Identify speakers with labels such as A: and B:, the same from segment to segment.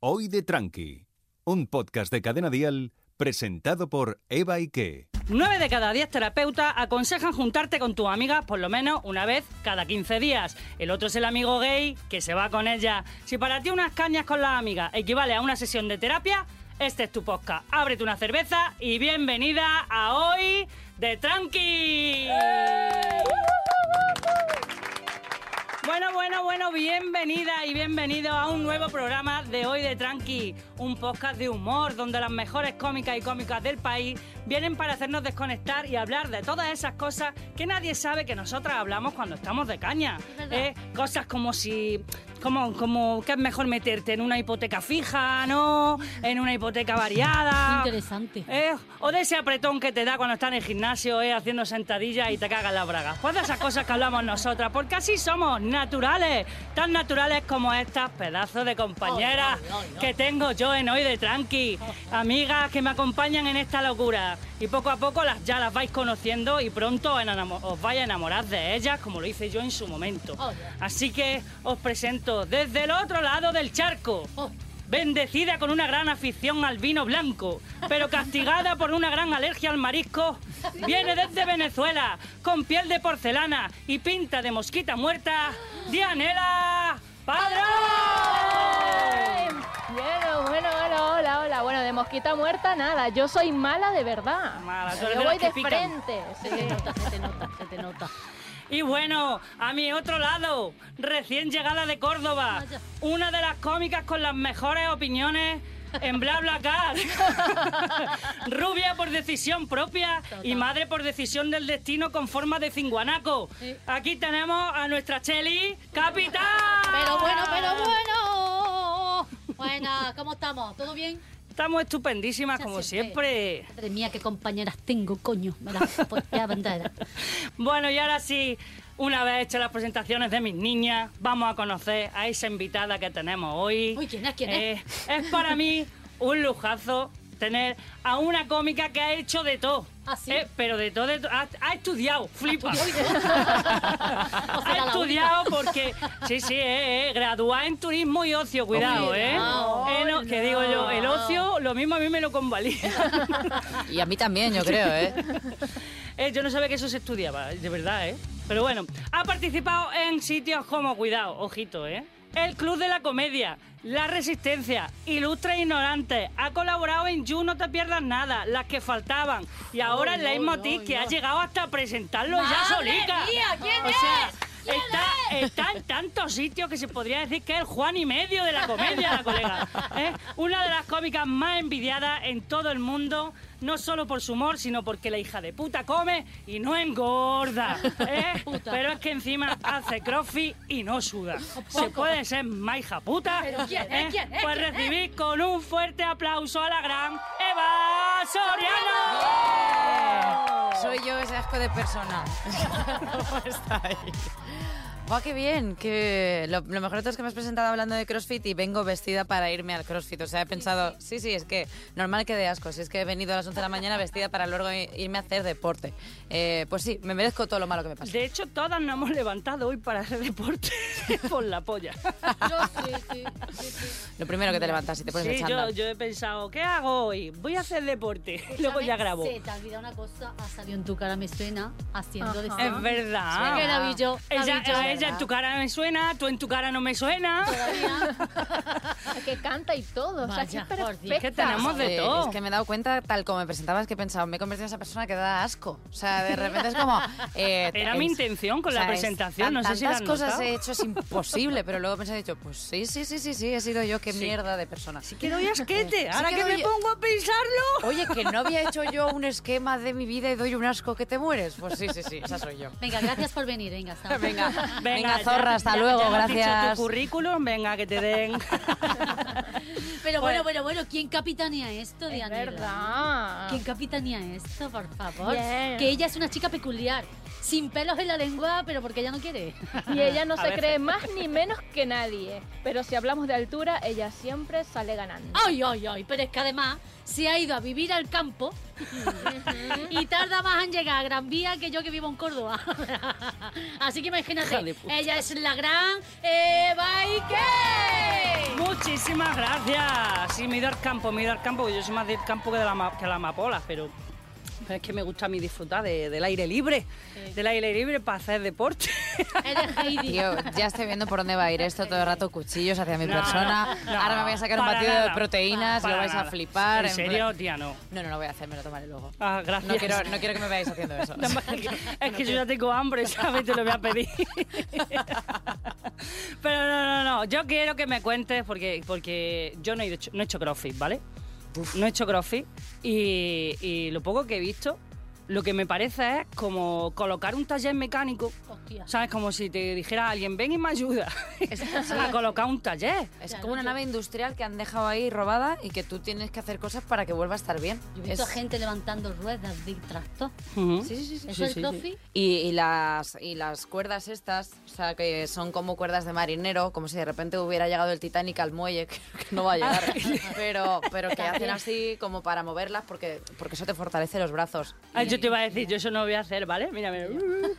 A: Hoy de Tranqui, un podcast de Cadena Dial presentado por Eva Ike.
B: 9 de cada 10 terapeutas aconsejan juntarte con tu amiga por lo menos una vez cada 15 días. El otro es el amigo gay que se va con ella. Si para ti unas cañas con la amiga equivale a una sesión de terapia, este es tu podcast. Ábrete una cerveza y bienvenida a hoy de Tranqui. Bueno, bueno, bueno, bienvenida y bienvenido a un nuevo programa de Hoy de Tranqui, un podcast de humor donde las mejores cómicas y cómicas del país vienen para hacernos desconectar y hablar de todas esas cosas que nadie sabe que nosotras hablamos cuando estamos de caña. ¿eh? Cosas como si, como, como que es mejor meterte en una hipoteca fija, ¿no? En una hipoteca
C: Ah.
B: variada.
C: Interesante.
B: Eh, o de ese apretón que te da cuando estás en el gimnasio eh, haciendo sentadillas y te cagas la braga. Pues de esas cosas que hablamos nosotras, porque así somos naturales, tan naturales como estas pedazos de compañeras
C: Ay, ay, ay, ay.
B: que tengo yo en hoy de tranqui, amigas que me acompañan en esta locura. Y poco a poco las, ya las vais conociendo y pronto os enamo- os vais a enamorar de ellas como lo hice yo en su momento.
C: Oh, yeah.
B: Así que os presento desde el otro lado del charco.
C: Oh.
B: Bendecida con una gran afición al vino blanco, pero castigada por una gran alergia al marisco, viene desde Venezuela, con piel de porcelana y pinta de mosquita muerta, Dianela Padrón.
D: Bueno, bueno, bueno, hola, hola. Bueno, de mosquita muerta nada. Yo soy mala de verdad.
B: Mala, tú eres
D: Yo
B: de las
D: voy
B: que
D: de
B: pican.
D: frente.
C: Se te
D: sí.
C: nota, se te nota, se te nota.
B: Y bueno, a mi otro lado, recién llegada de Córdoba,
C: Vaya.
B: una de las cómicas con las mejores opiniones en BlaBlaCar. Rubia por decisión propia y madre por decisión del destino con forma de cinguanaco.
C: Sí.
B: Aquí tenemos a nuestra Cheli Capital.
C: Pero bueno, pero
B: Ah.
C: bueno. Buena, ¿cómo estamos? ¿Todo bien?
B: Estamos estupendísimas
C: Ya eh.
B: como
C: siempre.
B: siempre.
C: Madre mía, qué compañeras tengo, coño. Me las la bandera.
B: Bueno, y ahora sí, una vez hechas las presentaciones de mis niñas, vamos a conocer a esa invitada que tenemos hoy.
C: Uy, ¿quién es? ¿Quién es?
B: Eh, es para mí un lujazo tener a una cómica que ha hecho de todo. Eh,
C: ¿Ah, sí?
B: pero de todo, de todo. Ha, ha estudiado, flipa.
C: O
B: ha
C: será la
B: estudiado porque. Sí, sí, eh, eh, graduada en turismo y ocio, cuidado, ¿eh?
C: Cuidado.
B: Eh, no, que digo yo, el ocio, lo mismo a mí me lo convalida.
E: Y a mí también, yo creo, ¿eh?
B: Eh, yo no sabía que eso se estudiaba, de verdad, ¿eh? Pero bueno, ha participado en sitios como, cuidado, ojito, ¿eh? El Club de la Comedia, La Resistencia, Ilustres Ignorantes. Ha colaborado en You No Te Pierdas Nada, Las que faltaban. Y ahora en Leitmotiv, que ha llegado hasta presentarlo ya solica.
C: mía, ¿quién
B: o sea, está, está en tantos sitios que se podría decir que es el Juan y medio de la comedia, la colega. ¿eh? Una de las cómicas más envidiadas en todo el mundo, no solo por su humor, sino porque la hija de puta come y no engorda. ¿eh?
C: Puta.
B: Pero es que encima hace crossfit y no suda. Se puede ser más hija puta.
C: Pero ¿quién es?
B: ¿eh?
C: ¿Quién es?
B: Pues
C: ¿Quién es?
B: recibir con un fuerte aplauso a la gran Eva Soriano.
E: Soy yo ese asco de persona. ¿Cómo estáis? Guau, qué bien. Que lo, lo mejor de todo es que me has presentado hablando de CrossFit y vengo vestida para irme al CrossFit. O sea, he pensado, sí, sí, es que normal que de asco. Si es que he venido a las 11 de la mañana vestida para luego i- irme a hacer deporte. Eh, pues sí, me merezco todo lo malo que me pasa.
B: De hecho, todas nos hemos levantado hoy para hacer deporte por la polla.
E: Lo primero que te levantas y te pones el
B: Sí, yo,
E: chándal.
B: yo he pensado, ¿qué hago hoy? Voy a hacer deporte.
C: Pues
B: Luego pues ya grabo.
C: Se te ha olvidado una cosa. Ha salido en tu cara, me suena, haciendo de
B: Es verdad.
C: Que la vi yo. la
B: Ella,
C: vi yo.
B: a ella en tu cara me suena, tú en tu cara no me suena.
D: Que canta y todo. O sea,
C: Vaya,
D: que es
C: por Dios.
D: perfecta.
B: ¿Qué tenemos de
E: Eh,
B: todo?
E: Es que me he dado cuenta, tal como me presentabas, que he pensado, me he convertido en esa persona que da asco. O sea, de repente es como... eh,
B: Era
E: es-
B: mi intención con la
E: es-
B: presentación, no sé si la
E: tantas
B: han
E: cosas eh,
B: notado.
E: he hecho, es imposible, pero luego pensé, he dicho, pues sí, sí, sí, sí, sí, he sido yo, qué
B: Sí.
E: mierda de persona.
B: Sí que doy asquete. Ahora
E: que
B: que, me
E: doy-
B: pongo a pensarlo.
E: Oye, que no había hecho yo un esquema de mi vida y doy un asco que te mueres. Pues sí, sí, sí, esa soy yo.
C: Venga, gracias por venir. Venga, hasta luego.
E: Venga, venga,
B: ya-
E: zorra, hasta
B: ya-
E: luego,
B: ya hemos dicho
E: gracias.
B: tu currículum, venga, que te den.
C: Pero bueno, bueno, bueno, ¿quién capitanea esto,
D: Es
C: Diana?
D: verdad.
B: Ah.
C: ¿Quién capitanea esto, por favor?
D: Bien.
C: Que ella es una chica peculiar. sin pelos en la lengua, pero porque ella no quiere.
D: Y ella no
B: A
D: se
B: veces.
D: cree más ni menos que nadie. Pero si hablamos de altura, ella siempre sale ganando.
C: Ay, ay, ay, pero es que además se ha ido a vivir al campo y tarda más en llegar a Gran Vía que yo que vivo en Córdoba. Así que
B: Hija de
C: imagínate,
B: puta.
C: ella es la gran Eva Ike.
B: Muchísimas gracias. Sí, me he ido al campo, me he ido al campo. Yo soy más del campo que de la, ama- que la amapola, pero, pero es que me gusta a mí disfrutar de- del aire libre. Del aire libre para hacer deporte.
C: Eres Heidi.
E: Tío, ya estoy viendo por dónde va a ir esto todo el rato, cuchillos hacia mi
B: No,
E: persona.
B: no, no,
E: Ahora me voy a sacar un
B: para
E: batido de
B: nada,
E: proteínas,
B: para
E: lo vais
B: nada.
E: a flipar.
B: ¿En
E: plan-
B: serio, tía? No.
E: No, no lo voy a hacer, me lo tomaré luego.
B: Ah, gracias.
E: No quiero, no quiero que me veáis haciendo eso.
B: Es que yo ya tengo hambre, ¿sabes? Te lo voy a pedir. Pero no, no, no. Yo quiero que me cuentes porque, porque yo no he, hecho, no he hecho crossfit, ¿vale? No he hecho crossfit y, y lo poco que he visto, lo que me parece es como colocar un taller mecánico.
C: Hostia.
B: ¿Sabes? Como si te dijera alguien, ven y me ayuda a colocar un taller.
E: Es
C: Claro,
E: como una
C: yo-
E: nave industrial que han dejado ahí robada y que tú tienes que hacer cosas para que vuelva a estar bien.
C: Yo he visto
E: Es-
C: gente levantando ruedas de tractor.
B: Ujú.
E: Sí, sí, sí, sí.
C: ¿Eso
B: Sí,
C: es
B: sí, sí.
C: crossfit?
E: Y, y las, y las cuerdas estas, o sea, que son como cuerdas de marinero, como si de repente hubiera llegado el Titanic al muelle, que no va a llegar,
C: Ah,
E: pero, pero que hacen así como para moverlas porque, porque eso te fortalece los brazos.
B: Ay,
E: Y-
B: yo te iba a decir, yo eso no voy a hacer, ¿vale? Mira, mira.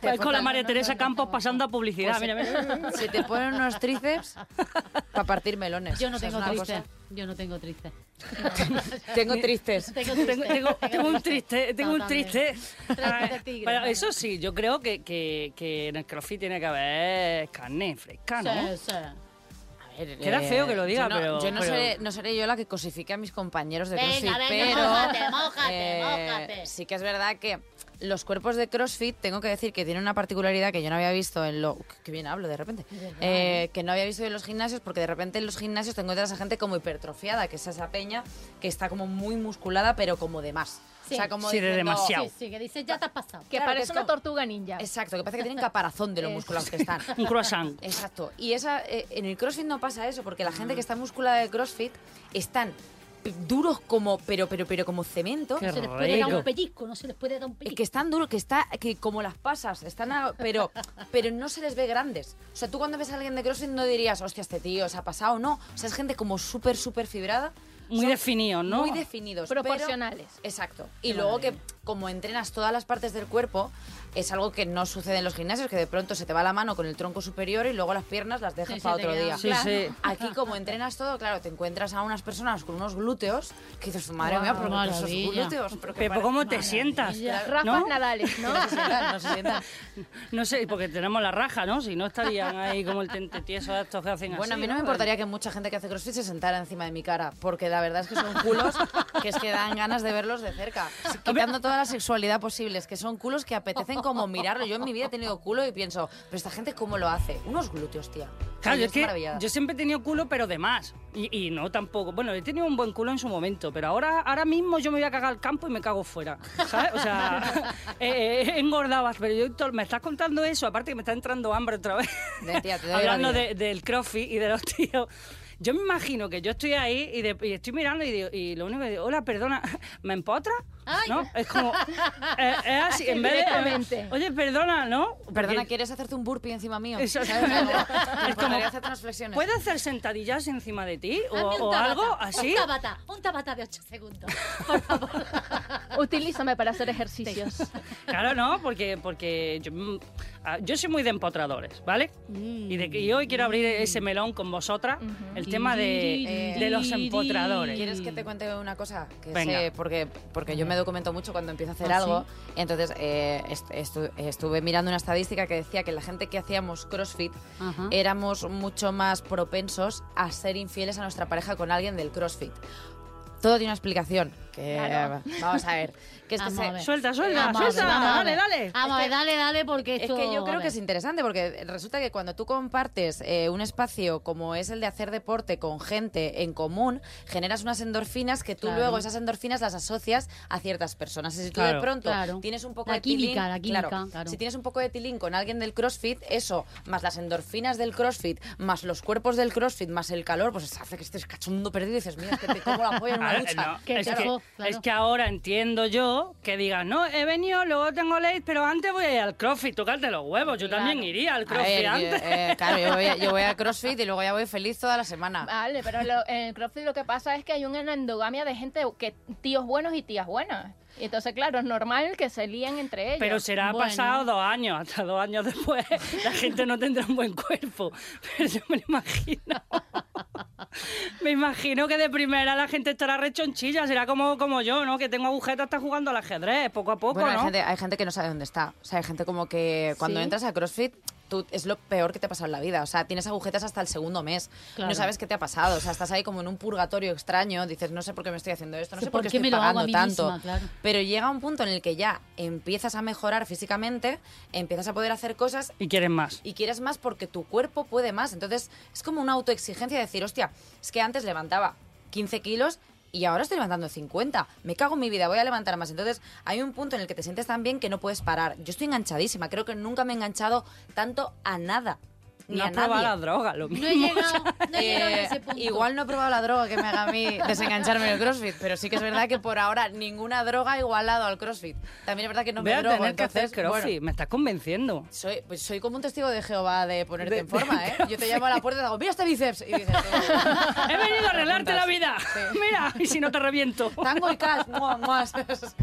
B: Pues
E: Te
B: con la
E: faltan-
B: María
E: no,
B: Teresa
E: no, no,
B: Campos
E: no.
B: pasando a publicidad.
E: Pues
B: mira,
E: se-
B: mira.
E: Se te ponen unos tríceps para partir melones.
C: Yo
E: O
C: no
E: sea, es
C: tengo
E: una
C: triste. Yo no tengo triste.
E: cosa- Tengo tríceps.
C: Tengo
B: tengo, tengo- tengo un triste, tengo un triste.
C: Triste tigre,
B: Pero
C: ¿no?
B: eso sí, yo creo que, que- que en el crossfit tiene que haber carne fresca, Ah, ¿no?
C: Sí, sí.
B: Queda feo que lo diga,
E: eh, yo no,
B: pero-
E: Yo no,
B: pero-
E: seré, no seré yo la que cosifique a mis compañeros de
C: Venga,
E: CrossFit,
C: venga,
E: pero... eh,
C: mójate, mójate, mójate.
E: Sí que es verdad que los cuerpos de CrossFit, tengo que decir que tienen una particularidad que yo no había visto en lo... Que bien hablo de repente. Eh, que no había visto en los gimnasios, porque de repente en los gimnasios te encuentras a gente como hipertrofiada, que es esa peña que está como muy musculada, pero como de más.
C: Sí.
E: O sea, como
B: Sí, de
E: diciendo-
B: demasiado.
C: Sí, sí, que dices, ya te has pasado.
D: Que
E: claro, que es
D: parece una
E: como-
D: tortuga ninja.
E: Exacto, que parece que tienen caparazón de los
D: Eh,
E: músculos que están.
B: Un croissant.
E: Exacto. Y esa, eh, en el CrossFit no pasa eso, porque la gente que está musculada de CrossFit están p- duros como, pero, pero, pero como cemento.
B: Qué
C: No se les puede dar
B: rico.
C: un pellizco, no se les puede dar un
E: Eh,
C: pellizco.
E: Que están duros, que está, que como las pasas, están, a- pero, pero no se les ve grandes. O sea, tú cuando ves a alguien de CrossFit no dirías, hostia, este tío se ha pasado, no. O sea, es gente como súper, súper fibrada.
B: Muy
E: Son
B: definido, ¿no?
E: Muy definidos. pero-
D: Proporcionales.
E: Exacto. Y luego que como entrenas todas las partes del cuerpo, es algo que no sucede en los gimnasios, que de pronto se te va la mano con el tronco superior y luego las piernas las dejas
C: Sí,
E: para
C: se te
E: otro
C: queda
E: día.
B: Sí, sí.
E: Aquí como entrenas todo, claro, te encuentras a unas personas con unos glúteos que dices, madre mía, pero con esos
C: maravilla.
E: glúteos. Pero, que
B: Pero
E: pare-
B: ¿cómo te sientas?
D: Rafa
B: ¿No?
D: Nadales, ¿no?
E: No se sientan, no se sientan.
B: No sé, porque tenemos la raja, ¿no? Si no estarían ahí como el tente tieso de estos que hacen así.
E: Bueno, a mí no me importaría que mucha gente que hace crossfit se sentara encima de mi cara, porque la verdad es que son culos que es que dan ganas de verlos de cerca, quitando toda la sexualidad posible, es que son culos que apetecen como mirarlo. Yo en mi vida he tenido culo y pienso, pero esta gente cómo lo hace? Unos glúteos, tía.
B: Claro, yo es
E: Yo estoy
B: que
E: maravillada.
B: yo siempre he tenido culo, pero de más. Y, y no tampoco. Bueno, he tenido un buen culo en su momento, pero ahora, ahora mismo yo me voy a cagar al campo y me cago fuera. ¿Sabes? O sea, eh, eh, engordabas, pero yo to- me estás contando eso, aparte que me está entrando hambre otra vez.
E: De tía, te doy la
B: Hablando
E: vida.
B: de- del crossfit y de los tíos. Yo me imagino que yo estoy ahí y, de- y estoy mirando y, digo- y lo único que digo, hola, perdona, ¿me empotra?
C: Ay.
B: ¿No? Es como. eh, es así, en vez de.
D: Directamente.
B: Oye, perdona, ¿no?
E: Perdona,
B: Porque-
E: ¿quieres hacerte un burpee encima mío?
B: Eso-
E: ¿Sabes? Como,
B: Es
E: me
B: como-
E: encantaría hacerte unas flexiones.
B: ¿Puedo hacer sentadillas encima de ti?
E: Ah,
B: ¿O,
C: Hazme un
B: o
C: tabata,
B: algo así?
C: Un tabata, un tabata de 8 segundos, por favor.
D: Utilízame para hacer ejercicios.
B: Claro, no, porque, porque yo, mm, ah, yo soy muy de empotradores, ¿vale?
E: Mm.
B: Y, de, que- y hoy quiero abrir ese melón con vosotras, el tema de,
E: Eh,
B: de los empotradores.
E: ¿Quieres que
C: Mm.
E: te cuente una cosa? Que
B: Venga.
E: sé, porque, porque yo me documento mucho cuando empiezo a hacer
C: ¿Ah,
E: algo. Entonces, eh, est- estu- estuve mirando una estadística que decía que la gente que hacíamos CrossFit
C: Ajá.
E: éramos mucho más propensos a ser infieles a nuestra pareja con alguien del CrossFit. Todo tiene una explicación. Que,
D: Claro.
E: Vamos a ver. Que es que
C: Vamos
E: se-
C: a ver.
B: Suelta, suelta,
C: Vamos a ver,
B: suelta,
C: vamos a
B: dale,
C: ver.
B: dale.
C: Vamos a ver, dale, dale, porque
E: Es
C: esto...
E: que yo
C: a
E: creo
C: ver.
E: que es interesante porque resulta que cuando tú compartes eh, un espacio como es el de hacer deporte con gente en común, generas unas endorfinas que tú
C: Claro.
E: luego esas endorfinas las asocias a ciertas personas. Y si tú de
B: Claro.
E: pronto
C: Claro.
E: tienes un poco
C: La
E: de tilín-
C: química, la química,
E: claro,
C: claro.
E: si tienes un poco de tilín con alguien del CrossFit, eso más las endorfinas del CrossFit, más los cuerpos del CrossFit, más el calor, pues hace que estés cachondo perdido y dices, mira, es que te como la polla en una
B: Ahora,
E: ducha.
B: eh, no,
C: Que
B: es
C: te fo-
B: que-
C: claro, claro.
B: Es que ahora entiendo yo que digas, no, he venido, luego tengo ley, pero antes voy a ir al crossfit, tocarte los huevos. Yo también iría al
E: A
B: crossfit
E: ver, yo,
B: antes.
E: eh, claro, yo voy, a, yo voy a CrossFit y luego ya voy feliz toda la semana.
D: Ah. Vale, pero lo- en el CrossFit lo que pasa es que hay una endogamia de gente, que tíos buenos y tías buenas. Y entonces, claro, es normal que se líen entre ellos.
B: Pero será
C: Bueno.
B: pasado dos años, hasta dos años después la gente no tendrá un buen cuerpo. Pero yo me lo imagino. Me imagino que de primera la gente estará rechonchilla, será como, como yo, ¿no? Que tengo agujetas, está jugando al ajedrez, poco a poco,
E: Bueno, hay,
B: ¿no?
E: gente, hay gente que no sabe dónde está. O sea, hay gente como que cuando
C: Sí.
E: entras a CrossFit, tú, es lo peor que te ha pasado en la vida. O sea, tienes agujetas hasta el segundo mes.
C: Claro.
E: No sabes qué te ha pasado. O sea, estás ahí como en un purgatorio extraño. Dices, no sé por qué me estoy haciendo esto, no
C: Sí,
E: sé por
C: ¿por
E: qué
C: qué
E: estoy
C: me lo hago a
E: pagando
C: mí
E: tanto.
C: misma? Claro.
E: Pero llega un punto en el que ya empiezas a mejorar físicamente, empiezas a poder hacer cosas
B: Y quieren más.
E: y quieres más porque tu cuerpo puede más. Entonces es como una autoexigencia de decir, hostia, es que antes levantaba 15 kilos y ahora estoy levantando 50. Me cago en mi vida, voy a levantar más. Entonces hay un punto en el que te sientes tan bien que no puedes parar. Yo estoy enganchadísima, creo que nunca me he enganchado tanto a nada. Ni
B: No
E: a
B: has probado la
E: nadie.
B: droga, lo mismo.
C: No he llegado, no he llegado a
E: Eh,
C: ese punto.
E: igual no he probado la droga que me haga a mí desengancharme del CrossFit, pero sí que es verdad que por ahora ninguna droga ha igualado al CrossFit. También es verdad que no
B: Voy
E: me
B: a
E: drogo,
B: tener que hacer
E: entonces, bueno.
B: crossfit, me estás convenciendo.
E: Soy, pues soy como un testigo de Jehová de ponerte
B: De-
E: en forma, ¿eh? Yo te llamo a la puerta y te digo, mira este bíceps. Y dices, tú,
B: He venido a arreglarte la vida. Mira, y si no te reviento.
E: tango y cash, mua, mua.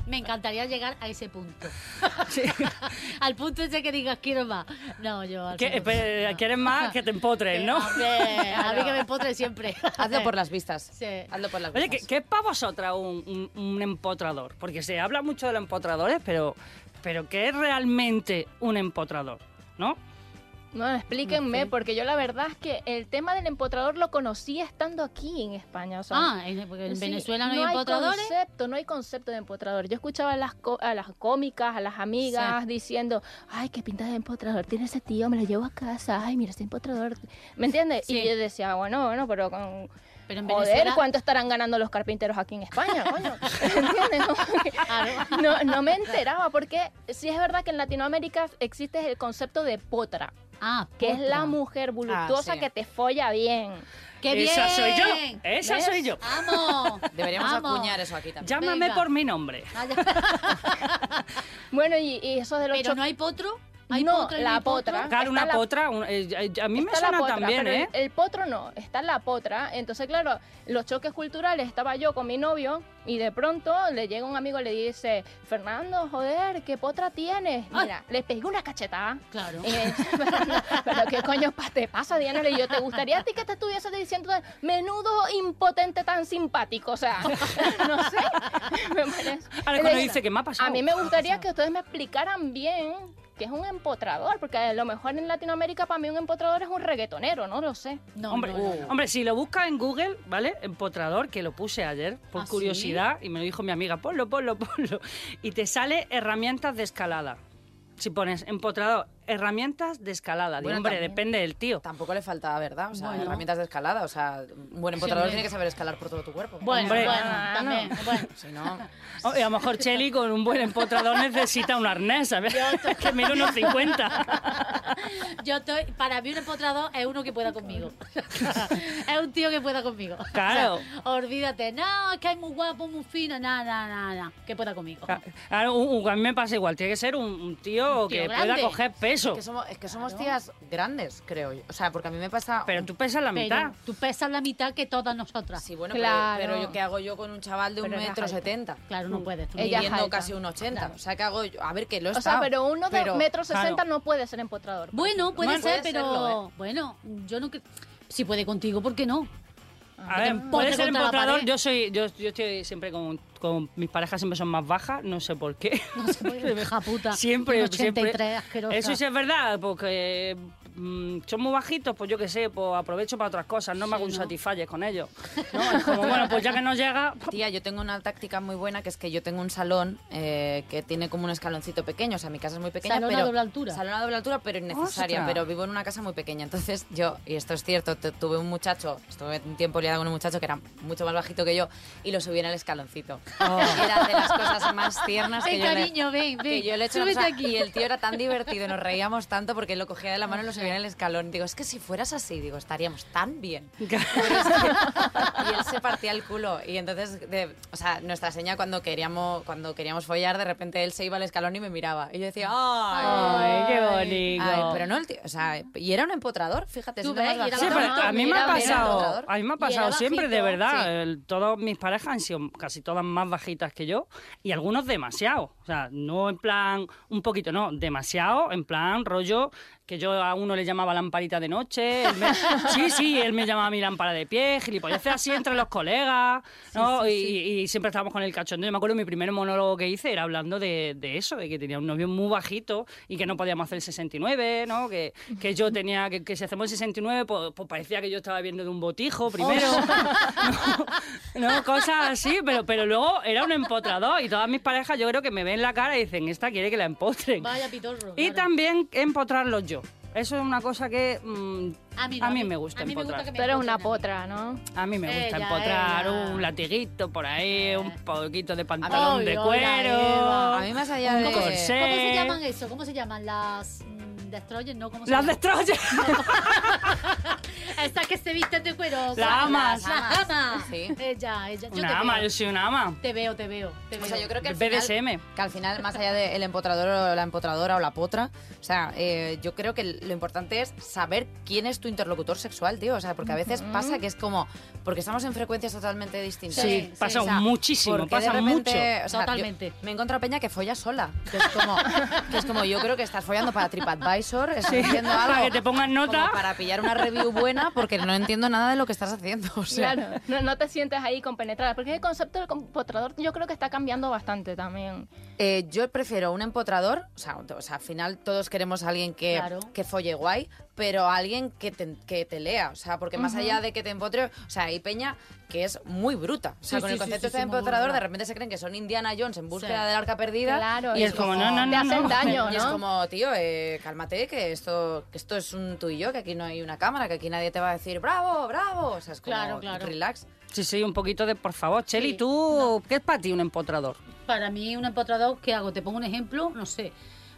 C: Me encantaría llegar a ese punto.
B: Sí.
C: al punto ese que digas, quiero más. No, yo... al
B: Que-
C: punto-
B: eh,
C: no. Eh,
B: ¿Quieres más? Que te empotres, ¿no?
C: Hombre, a mí que me empotre siempre.
E: Hazlo por las vistas.
C: Sí.
E: Hazlo por las
B: Oye, ¿qué,
E: vistas.
B: qué es para vosotras un, un- un empotrador? Porque se habla mucho de los empotradores, pero, pero ¿qué es realmente un empotrador? ¿No?
D: No, explíquenme, porque yo la verdad es que el tema del empotrador lo conocí estando aquí en España. O sea,
C: Ah, en, porque en
D: Sí,
C: Venezuela no hay empotradores.
D: concepto, no hay concepto de empotrador. Yo escuchaba a las, co- a las cómicas, a las amigas diciendo, ay, qué pinta de empotrador, tiene ese tío, me lo llevo a casa, ay, mira, ese empotrador. ¿Me entiendes?
C: Sí.
D: Y yo decía, bueno, bueno, pero con...
C: Pero en
D: Joder,
C: Venezuela...
D: ¿cuánto estarán ganando los carpinteros aquí en España, coño? ¿Entiendes? Como que
C: Claro.
D: No, no me enteraba, porque sí es verdad que en Latinoamérica existe el concepto de potra,
C: Ah,
D: que es la
C: potra.
D: mujer voluptuosa
E: sí.
D: que te folla bien.
C: ¡Qué bien!
B: ¡Esa soy yo! ¡Esa
D: ¿Ves?
B: soy yo!
C: ¡Vamos!
E: Deberíamos
C: Vamos.
E: acuñar eso aquí también.
B: Llámame
C: Venga.
B: por mi nombre.
C: Ah, ya.
D: Bueno, y, y eso de los
C: Pero
D: choques-
C: no hay potro. ¿Hay
D: No,
C: potro y
D: la
C: hay potro?
D: potra.
B: Claro,
D: Está
B: una
D: la-
B: potra. un- eh, eh, a mí me
D: Está la
B: suena
D: potra,
B: también,
D: pero el-
B: ¿eh?
D: El potro no, está la potra. Entonces, claro, los choques culturales, estaba yo con mi novio y de pronto le llega un amigo y le dice, Fernando, joder, ¿qué potra tienes? Mira, le pegué una cachetada.
C: Claro.
D: Y me dice, "Pero, Eh, pero qué coño pa- te pasa, Diana. Le digo, ¿te gustaría a ti que te estuviese diciendo menudo impotente tan simpático? O sea, no sé. Me parece.
B: Ahora
D: Le
B: cuando
D: digo,
B: dice que me ha pasado.
D: a mí me gustaría que ustedes me explicaran bien qué es un empotrador, porque a lo mejor en Latinoamérica para mí un empotrador es un reggaetonero, no lo sé.
C: No,
B: hombre,
C: no, no, no.
B: hombre, si lo buscas en Google, ¿vale? Empotrador, que lo puse ayer por
C: ¿Ah, sí?
B: curiosidad y me lo dijo mi amiga, ponlo, ponlo, ponlo. Y te sale herramientas de escalada. Si pones empotrador, herramientas de escalada. Digo,
E: Bueno,
B: hombre,
E: también.
B: depende del tío.
E: Tampoco le faltaba, ¿verdad? O sea,
C: Bueno.
E: herramientas de escalada. O sea, un buen empotrador
C: hombre.
E: tiene que saber escalar por todo tu cuerpo.
C: Bueno,
B: hombre,
C: bueno,
B: ah,
C: también. Bueno.
E: Si no,
B: Oh, y a lo mejor Cheli con un buen empotrador necesita un arnés, ¿sabes? Es que mide unos 50.
C: Yo estoy, para mí un empotrador es uno que pueda conmigo. es un tío que pueda conmigo.
B: Claro.
C: O sea, olvídate, no, es que es muy guapo, muy fino, nada, nada, nada, que pueda conmigo.
B: Claro, un- un- a mí me pasa igual, tiene que ser un, un tío,
C: Un tío
B: que
C: grande.
B: pueda coger peso.
E: que somos, es que somos tías grandes, creo yo. O sea, porque a mí me pasa...
B: Pero tú pesas la mitad.
C: Pero tú pesas la mitad que todas nosotras.
E: Sí, bueno,
D: Claro.
E: pero, pero yo, ¿qué hago yo con un chaval de un
D: Pero eras
E: metro
D: alta.
E: setenta?
C: Claro, no puedes. Tú no
D: Ella-
C: puedes.
E: Midiendo
D: alta.
E: casi un ochenta. O sea, ¿qué hago yo? A ver, que lo
D: O sea,
E: está,
D: pero uno de
E: pero-
D: metro
B: claro.
D: sesenta no puede ser empotrador.
C: Bueno, puede ¿eh?
E: Bueno,
C: ser,
E: puede
C: pero
E: serlo,
C: bueno, yo no cre- si puede contigo, ¿por qué no?
B: A ver,
C: empotre
B: puede ser
C: contra la
B: empotrador.
C: pared.
B: Yo soy, yo, yo estoy siempre con, con mis parejas siempre son más bajas, no sé por qué.
C: No se puede, hija puta.
B: Siempre,
C: Un 83
B: siempre.
C: asquerosa.
B: Eso sí es verdad, porque mm, son muy bajitos, pues yo qué sé, pues aprovecho para otras cosas, no me hago un
C: ¿no?
B: satisfalle con ellos. ¿no? Es como, bueno, pues ya que no llega,
E: Tía, yo tengo una táctica muy buena que es que yo tengo un salón eh, que tiene como un escaloncito pequeño. O sea, mi casa es muy pequeña.
C: Salón a
E: pero,
C: doble altura.
E: Salón a doble altura, pero innecesaria.
B: Ostras.
E: Pero vivo en una casa muy pequeña. Entonces yo, y esto es cierto, tu- tuve un muchacho, estuve un tiempo liada con un muchacho que era mucho más bajito que yo y lo subí en el escaloncito. Era de las cosas más tiernas
C: Ven,
E: que yo le-
C: cariño, ven, ven.
E: que yo le he hecho una
C: Súbete
E: cosa-
C: aquí.
E: Y el tío era tan divertido, nos reíamos tanto porque él lo cogía de la mano y lo subía en el escalón. Digo, es que si fueras así, digo, estaríamos tan bien. Pero es que- y él se partía el culo. Y entonces, de- o sea, nuestra seña cuando queríamos, cuando queríamos follar, de repente él se iba al escalón y me miraba. Y yo decía, ¡ay!
B: Ay, qué bonito.
E: Ay, pero no el tío, o sea, y era un empotrador, fíjate, es
C: Tú
E: lo
C: ves,
E: más
C: y era
E: bajito.
B: Sí,
C: Era
B: pero
C: bajito,
B: a mí me
C: era-
B: ha
E: Era un
B: pasado,
E: empotrador.
B: a mí me ha
C: Y era
B: pasado siempre, de
C: bajito,
B: verdad.
C: sí.
B: El- todas mis parejas han sido casi todas más bajitas que yo y algunos demasiado. O sea, no en plan un poquito, no, demasiado, en plan rollo que yo a uno le llamaba lamparita de noche. él me- sí, sí, él me llamaba mi lámpara de pie, gilipolleces así entre los colegas, ¿no? y, y siempre estábamos con el cachondeo. Yo me acuerdo mi primer monólogo que hice era hablando de, de eso, de que tenía un novio muy bajito y que no podíamos hacer el 69, ¿no? Que, que yo tenía, que, que si hacemos el 69, pues, pues parecía que yo estaba viendo de un botijo primero. no, no, cosas así, pero, pero luego era un empotrador y todas mis parejas yo creo que me ven la cara y dicen, esta quiere que la empotren.
C: Vaya pitorro.
B: Y
C: claro.
B: también empotrarlos yo. Eso es una cosa que mm,
C: A mí, no,
B: a mí me gusta
C: A mí me gusta
B: empotrar.
C: que me
D: Tú eres una
C: empotren
D: potra, ¿no?
B: a mí
E: Eh,
B: me
C: Ella,
B: gusta empotrar
C: ella.
B: un latiguito por ahí,
C: Eh.
B: un poquito de pantalón de
C: Ay, hola,
B: cuero.
E: A mí más allá
B: Un
E: de...
C: a mí.
B: corsé.
C: ¿Cómo se llaman eso? ¿Cómo se llaman? Las mm, destroyers, ¿no? ¿Cómo se
B: Las
C: llaman?
B: destroyers.
C: Estas que se visten de cuero.
B: Las amas.
C: Las amas.
E: Ah, Sí.
C: Ella, ella. Yo te
B: Una ama,
C: veo.
B: yo soy una ama.
C: Te veo, te veo. Te
E: O
C: veo.
E: sea, yo creo que al final-
B: BDSM.
E: que al final, más allá del empotrador o la empotradora o la potra, o sea, eh, yo creo que lo importante es saber quién es tu interlocutor sexual, tío. O sea, porque a veces pasa que es como, porque estamos en frecuencias totalmente distintas.
C: Sí,
B: Sí, pasa
E: o sea,
B: muchísimo,
E: porque
B: pasa
E: de repente,
B: mucho.
E: o sea, yo
C: Totalmente.
E: me he encontrado peña que folla sola. Que es como, que es como yo creo que estás follando para TripAdvisor, estás haciendo algo.
B: Para que te pongan nota.
E: como para pillar una review buena, porque no entiendo nada de lo que estás haciendo. O sea,
D: Claro, no, no te sientes ahí compenetrada, porque el concepto del compotrador yo creo que está cambiando bastante también.
E: Eh, yo prefiero un empotrador, o sea, o sea, al final todos queremos a alguien que,
C: Claro.
E: que folle guay, pero alguien que te, que te lea, o sea, porque más allá de que te empotre, o sea, hay peña que es muy bruta, o sea,
C: Sí,
E: con
C: sí,
E: el
C: sí,
E: concepto
C: sí,
E: este de
C: sí, muy
E: empotrador de
C: bruta.
E: repente se creen que son Indiana Jones en búsqueda
C: Sí.
E: del arca perdida
D: Claro,
E: y es como,
B: no, no,
D: te
B: no,
D: hacen
B: no.
D: daño,
E: y es
D: ¿no?
E: como, tío, eh, cálmate, que esto, que esto es un tú y yo, que aquí no hay una cámara, que aquí nadie te va a decir bravo, bravo, o sea, es como
C: Claro, claro.
E: relax.
B: Sí, sí, un poquito de por favor. Cheli,
C: Sí,
B: ¿tú qué es para ti un empotrador?
C: Para mí, un empotrador, ¿qué hago? Te pongo un ejemplo, no sé.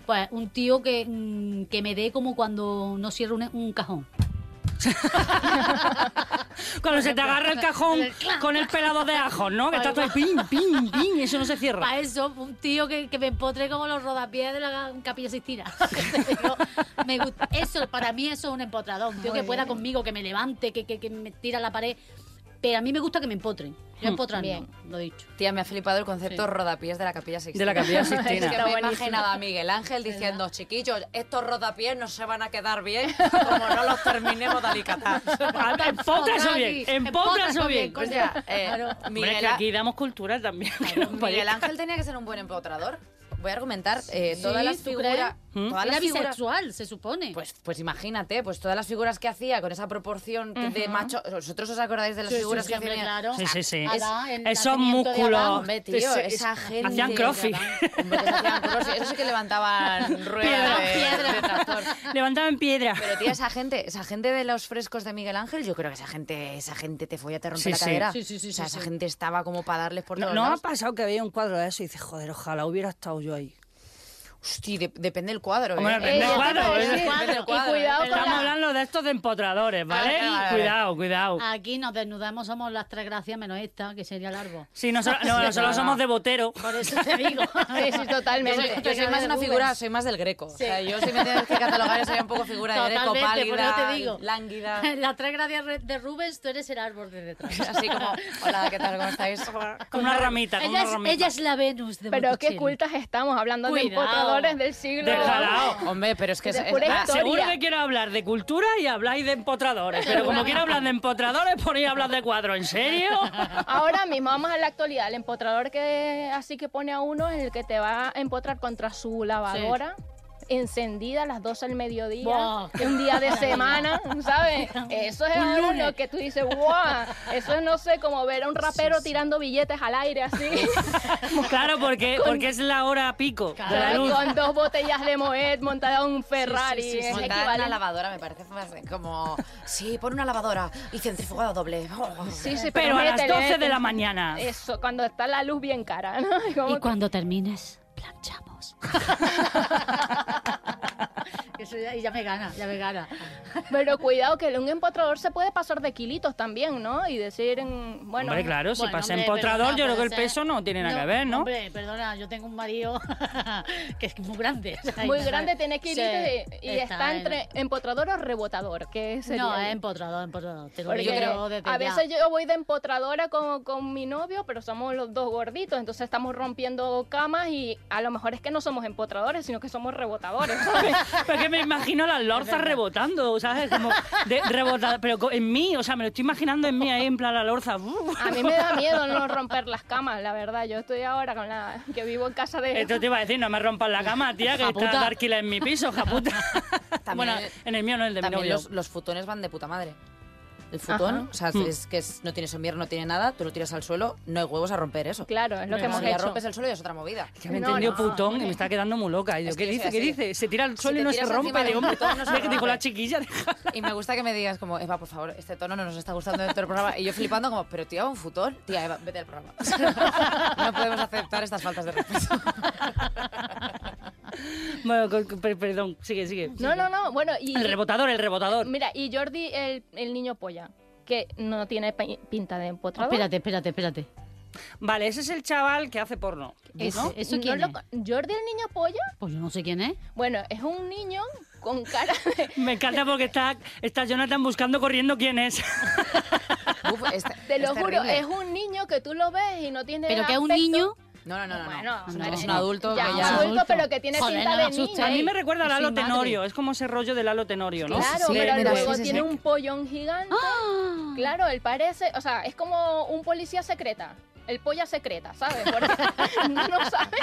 C: Pues un tío que, mm, que me dé como cuando no cierro un, un cajón.
B: Cuando se te agarra el cajón con el pelado de ajos, ¿no? Que está todo ahí, pin, pin, pin, eso no se cierra.
C: Para eso, un tío que, que me empotre como los rodapiés de la Capilla Sistina. Pero me gusta. Eso, para mí eso es un empotrador. Un tío que pueda conmigo, que me levante, que, que, que me tira a la pared. Pero a mí me gusta que me empotren. Yo empotrar
D: Bien.
C: no, lo he dicho.
E: Tía, me ha flipado el concepto rodapiés de la Capilla Sixtina.
B: De la Capilla
E: Es que
B: Sistina.
E: me he imaginado a Miguel Ángel diciendo, chiquillos, estos rodapiés no se van a quedar bien como no los terminemos de alicatar.
B: Ah, Empotra eso bien, empotra eso bien.
E: O sea, eh,
B: Hombre,
E: Miguel,
B: que
E: A-
B: aquí damos cultura también. que nos
E: Miguel
B: parece.
E: Ángel tenía que ser un buen empotrador. Voy a argumentar eh, todas las
C: ¿tú
E: figuras...
C: crees? ¿Mm?
E: Todas
C: Era
E: las figuras...
C: bisexual, se supone.
E: Pues, pues imagínate, pues todas las figuras que hacía con esa proporción que- de macho... ¿Vosotros os acordáis de las
C: Sí, sí,
E: figuras
C: sí,
E: que
C: hombre,
E: hacía?
C: claro.
B: Sí, sí, sí.
C: Adán, el
B: Esos
C: nacimiento de
B: músculos.
C: Adán,
E: Hombre, tío,
B: Ese-
E: esa gente...
B: Hacían crossfit.
E: Hombre, que se hacían crossfit. Eso sí que levantaban ruedas de,
C: piedra.
E: de tractor.
B: Levantaban piedra.
E: Pero tía, esa gente, esa gente de los frescos de Miguel Ángel, yo creo que esa gente, esa gente te folla, te rompe
B: Sí,
E: la
B: sí.
E: cadera.
C: Sí, sí, sí,
E: o sea,
C: sí,
E: esa
C: sí.
E: gente estaba como para darles por
B: ¿No,
E: todos
B: no ha
E: lados.
B: pasado que veía un cuadro de eso y dices, joder, ojalá hubiera estado yo ahí?
E: Hostia, de- depende del cuadro,
B: Hombre,
E: ¿eh?
B: depende del
D: yo te
B: cuadro,
D: puedo
B: ¿eh?
D: decir,
E: Depende del cuadro,
D: Y cuidado
E: ¿eh?
D: con
B: Estamos
D: la-
B: hablando de estos de empotradores, ¿vale?
E: Ah, vale, vale.
B: Cuidado, cuidado.
C: Aquí nos desnudamos, somos las tres gracias menos esta, que sería el árbol.
B: Sí, nosotros, no, nosotros somos de botero.
C: Por eso te digo.
D: Sí, sí,
E: Yo
D: totalmente.
E: soy, yo soy más una figura, soy más del greco. O sea, yo si me tienes que catalogar, yo soy un poco figura de greco,
C: Totalmente, por
E: pálida,
C: eso te digo.
E: lánguida.
C: Las tres gracias re- de Rubens, tú eres el árbol de detrás.
E: Así como, hola, ¿qué tal? ¿Cómo estáis?
B: Con una ramita, con
C: Ella
B: una
C: es,
B: ramita.
C: ella es la Venus de
D: Pero qué
C: Botticelli.
D: cultas estamos hablando de
C: Cuidado.
D: empotradores del siglo.
B: Dejarao.
E: Hombre, pero es que... es-
D: De pura
E: ah,
D: historia.
B: Seguro que quiero hablar de cultura y habláis de empotradores. Pero como quiero hablar de empotradores, por ahí hablar de cuadro. ¿En serio?
D: Ahora mismo vamos a la actualidad. El empotrador que así que pone a uno es el que te va a empotrar contra su lavadora. encendida a las 12 del mediodía,
C: Buah.
D: un día de semana, ¿sabes? Eso es
C: Un
D: ahora
C: lunes.
D: lo que tú dices, ¡guau! Eso es, no sé, como ver a un rapero tirando billetes al aire así,
B: Claro, porque, porque es la hora pico de la
D: ¿sabes?
B: luz.
D: con dos botellas de Moet montada en un Ferrari.
E: Sí, sí, sí,
D: es
E: montar
D: equivalente.
E: una lavadora me parece más eh, como... Sí, pon una lavadora y centrifugada doble. Oh.
D: Sí, sí,
B: Pero a las
D: métele,
B: 12 de
D: métele.
B: la mañana.
D: Eso, cuando está la luz bien cara, ¿no? Y como
C: Y cuando termines, planchamos. Eso ya, y ya me gana, ya me gana.
D: Pero cuidado que un empotrador se puede pasar de kilitos también, ¿no? Y decir, en, bueno,
B: hombre, claro, si
C: Bueno,
B: pasa
C: hombre,
B: empotrador,
C: perdona,
B: yo creo que
C: puede
B: el
C: ser.
B: peso no tiene nada que ver, ¿no?
C: Hombre, perdona, yo tengo un marido que es muy grande. o sea,
D: muy
C: y-
D: grande tiene kilitos
C: Sí,
D: y, y está, entre empotrador o rebotador, que sería?
C: No, es empotrador, empotrador. Te lo
D: Porque
C: digo
D: yo-
C: yo desde
D: a
C: ya.
D: veces yo voy de empotradora con, con mi novio, pero somos los dos gorditos, entonces estamos rompiendo camas y a lo mejor es que no somos empotradores, sino que somos rebotadores. ¿sabes?
B: Porque me imagino las lorzas rebotando, ¿sabes? Como de, rebotar, pero co- en mí, o sea, me lo estoy imaginando en mí ahí, en plan la lorza. ¡uh!
E: Ah,
D: a mí me da miedo no romper las camas, la verdad. Yo estoy ahora con la que vivo en casa de...
B: Esto te iba a decir, no me rompas la cama, tía, que está
C: Japuta.
B: Darkila en mi piso, japuta.
E: También-
B: bueno, en el mío no, el de mi
E: También
B: novio.
E: los, los futones van de puta madre. El futón,
D: Ajá.
E: o sea, es que es- no tiene somier, no tiene nada, tú lo tiras al suelo, no hay huevos a romper eso.
D: Claro, es lo que
B: Pero
D: hemos
E: si ya
D: hecho.
E: rompes el suelo ya es otra movida.
B: Que me he
D: No,
B: entendido
D: no.
B: putón y me está quedando muy loca. Y digo,
E: Es
B: ¿qué
E: que yo
B: dice?
E: soy
B: ¿Qué
E: así.
B: dice? Se tira al
E: Si
B: suelo
E: te
B: y no se
E: tiras encima
B: rompe.
E: de
B: Digo,
E: un
B: hombre,
E: botón, no se
B: ve que digo,
E: rompe.
B: la chiquilla, déjala.
E: Y me gusta que me digas como, Eva, por favor, este tono no nos está gustando dentro del programa. Y yo flipando como, pero tía, un futón. Tía, Eva, vete al programa. No podemos aceptar estas faltas de respeto.
B: Bueno, con- con- per- perdón, sigue, sigue.
D: No, no, no. Bueno, y
B: El rebotador, el rebotador.
D: mira, y Jordi, el, el niño polla, que no tiene pi- pinta de empotrador.
C: Espérate, espérate, espérate.
B: Vale, ese es el chaval que hace porno.
C: ¿Es-
B: ¿no?
C: ¿Eso
D: No
C: quién
D: lo
C: es?
D: con- Jordi el niño polla,
C: Pues yo no sé quién es.
D: bueno, es un niño con cara de,
B: Me encanta porque está, está Jonathan buscando corriendo quién es.
E: Uf, es-
D: te
E: es
D: lo juro,
E: terrible.
D: es un niño que tú lo ves y no tiene
C: Pero que es un
D: aspecto-
C: niño.
E: No, no, no, no. no.
D: Bueno,
E: Es un-
C: no.
E: es un adulto
D: Ya,
E: que
D: un
E: ya...
D: adulto, pero que tiene
C: Joder,
D: pinta
C: no
D: de
C: me asustes.
D: niño.
B: A mí me recuerda al
C: Soy
B: Lalo
C: madre.
B: Tenorio, es como ese rollo del Lalo Tenorio, ¿no?
D: Claro,
E: Sí,
D: pero
E: mira,
D: luego
E: sí, sí,
D: tiene
E: sí.
D: un pollón gigante.
C: ¡Ah!
D: Claro, él parece, o sea, es como un policía secreta. El polla secreta, ¿sabes? Porque no sabes.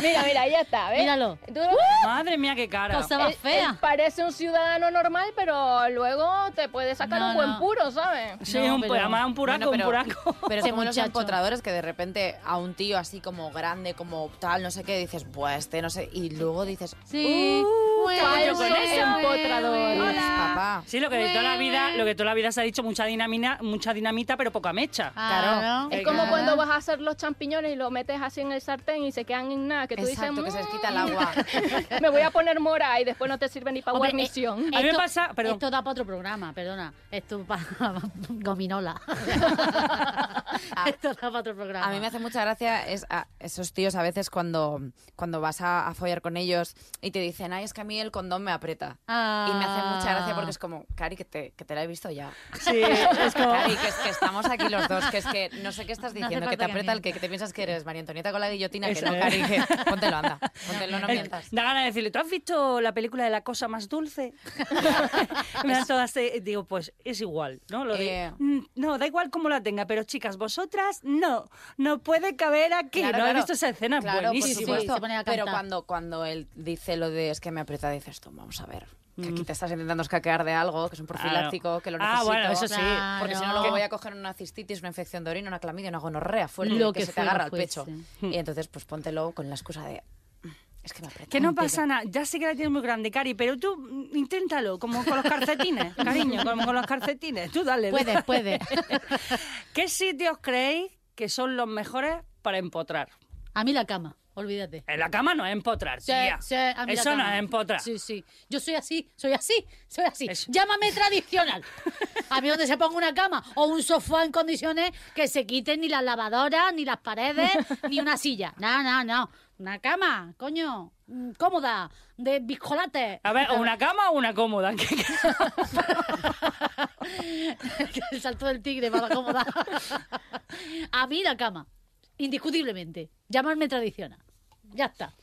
D: Mira, mira, ahí está, ¿ves?
C: Míralo.
D: Tú-
B: Madre mía, qué cara.
C: Cosa
E: Eh,
C: más
D: Él- él
C: fea.
D: parece un ciudadano normal, pero luego te puede sacar
C: No,
D: un buen
C: no.
D: puro, ¿sabes?
B: Sí,
C: No,
B: un,
C: pero-
B: además un puraco,
E: Bueno,
B: un puraco.
E: Pero es
C: Ese
E: como los
C: muchacho.
E: empotradores que de repente a un tío así como grande, como tal, no sé qué, dices, pues este, no sé. Y luego dices,
C: Sí.
E: uh,
D: caballo
B: con ese
D: empotrador.
E: pues
D: Hola.
E: papá.
B: Sí, lo que de toda la vida, lo que toda la vida se ha dicho, mucha dinamina, mucha dinamita, pero poca mecha.
C: Ah.
E: Claro.
D: Es
B: Eh,
D: como
B: claro.
D: cuando vas a hacer los champiñones y los metes así en el sartén y se quedan en nada, que tú
E: Exacto, que
D: dices,
E: se les quita el agua.
D: "Mm, me voy a poner mora y después no te sirve ni para
C: Hombre,
D: guarnición.
B: A mí me pasa- perdón.
C: esto da para otro programa, perdona. Esto para gominola. esto da para otro programa.
E: A mí me hace mucha gracia es a esos tíos a veces cuando, cuando vas a, a follar con ellos y te dicen, ay, es que a mí el condón me aprieta.
C: Ah.
E: Y me hace mucha gracia porque es como, Cari, que te, que te la he visto ya.
B: Sí, es como...
E: Cari, que es que estamos aquí los dos, que es que no sé qué estás
C: No hace
E: diciendo, que
C: falta
E: te
C: que
E: aprieta el
C: mientas.
E: que, que te piensas que eres María Antonieta con la guillotina, que
B: Eso
E: no,
B: es.
E: Cari, que póntelo, anda. Póntelo, no
B: es-
E: mientas.
B: Eh, da ganas de decirle, ¿tú has visto la película de la cosa más dulce? Me dan todas, eh, digo, pues es igual, ¿no? Lo de,
E: Eh.
B: "Mm, no, da igual cómo la tenga, pero chicas, vosotras no, no puede caber aquí.
E: Claro,
B: ¿No has
E: claro.
B: visto esa escena?
E: Claro, por
B: Buenísima.
E: supuesto.
C: Sí, se pone a
E: pero
C: cantar.
E: cuando, cuando él dice lo de es que me aprieta, dices tú, vamos a ver, que aquí te estás intentando escaquear de algo, que es un profiláctico, que lo
B: Mm. Ah,
E: necesito.
B: bueno, eso sí.
C: Claro.
E: Porque si no, luego voy a coger una cistitis, una infección de orina, una clamidia, una gonorrea fuerte
C: Lo
E: que,
C: que
E: se te
C: fuera
E: agarra al
B: pues,
C: fuese.
E: pecho. Y entonces, pues póntelo con la excusa de. Es que me aprieta.
B: Que no pasa nada, ya sé que la tienes muy grande, Cari, pero tú mm, inténtalo, como con los calcetines, cariño, como con los calcetines, tú dale.
C: Puede, puede.
B: ¿Qué sitios creéis que son los mejores para empotrar?
C: A mí la cama, olvídate.
B: En la cama no es empotrar, tía.
C: Sí, sí, a mí la
B: Eso no
C: cama.
B: es empotrar.
C: Sí, sí. Yo soy así, soy así, soy así.
B: Eso.
C: Llámame tradicional. A mí donde se ponga una cama o un sofá en condiciones que se quiten ni las lavadoras, ni las paredes, ni una silla. No, no, no. Una cama, coño, mm, cómoda, de biscolate.
B: A ver, o una cama o una cómoda. ¿Qué- qué-
C: El salto del tigre para la cómoda. A mí la cama, indiscutiblemente. Llamarme tradicional. Ya está.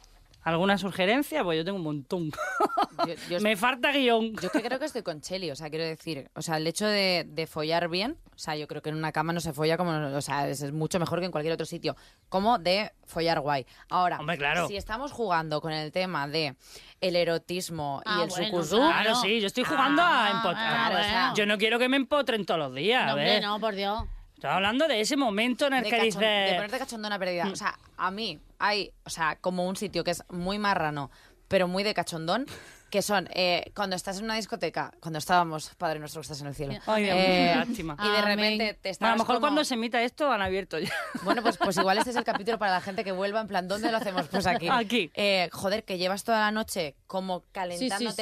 B: ¿Alguna sugerencia? Pues yo tengo un montón.
E: Yo, yo-
B: Me falta guión.
E: yo es que creo que estoy con Cheli, o sea, quiero decir, o sea, el hecho de, de follar bien, o sea, yo creo que en una cama no se folla como, o sea, es, es mucho mejor que en cualquier otro sitio, como de follar guay. Ahora,
B: Hombre, claro.
E: si estamos jugando con el tema de el erotismo
C: Ah,
E: y el
C: bueno,
E: sucusú,
C: claro.
B: Claro, sí, yo estoy jugando a
C: Ah,
B: empotrar.
E: claro,
C: claro.
B: Yo no quiero que me empotren todos los días,
C: No,
B: a
C: hombre,
B: ver.
C: no, por Dios.
B: Estoy hablando de ese momento en el
E: de,
B: que
E: cachon- de
B: dices... Mm.
E: ponerte cachondona perdida. O sea, a mí hay, o sea, como un sitio que es muy marrano, pero muy de cachondón, que son eh, cuando estás en una discoteca, cuando estábamos, Padre nuestro que estás en el cielo.
B: Ay, Dios mío,
E: eh,
B: qué lástima.
E: Y de
C: Amén.
E: repente te estás
B: Bueno, a lo mejor
E: como-
B: cuando se emita esto han abierto ya.
E: Bueno, pues, pues igual este es el capítulo para la gente que vuelva, en plan, ¿dónde lo hacemos? Pues aquí.
B: Aquí.
E: Eh, joder, que llevas toda la noche como
C: Sí, sí,
E: calentándote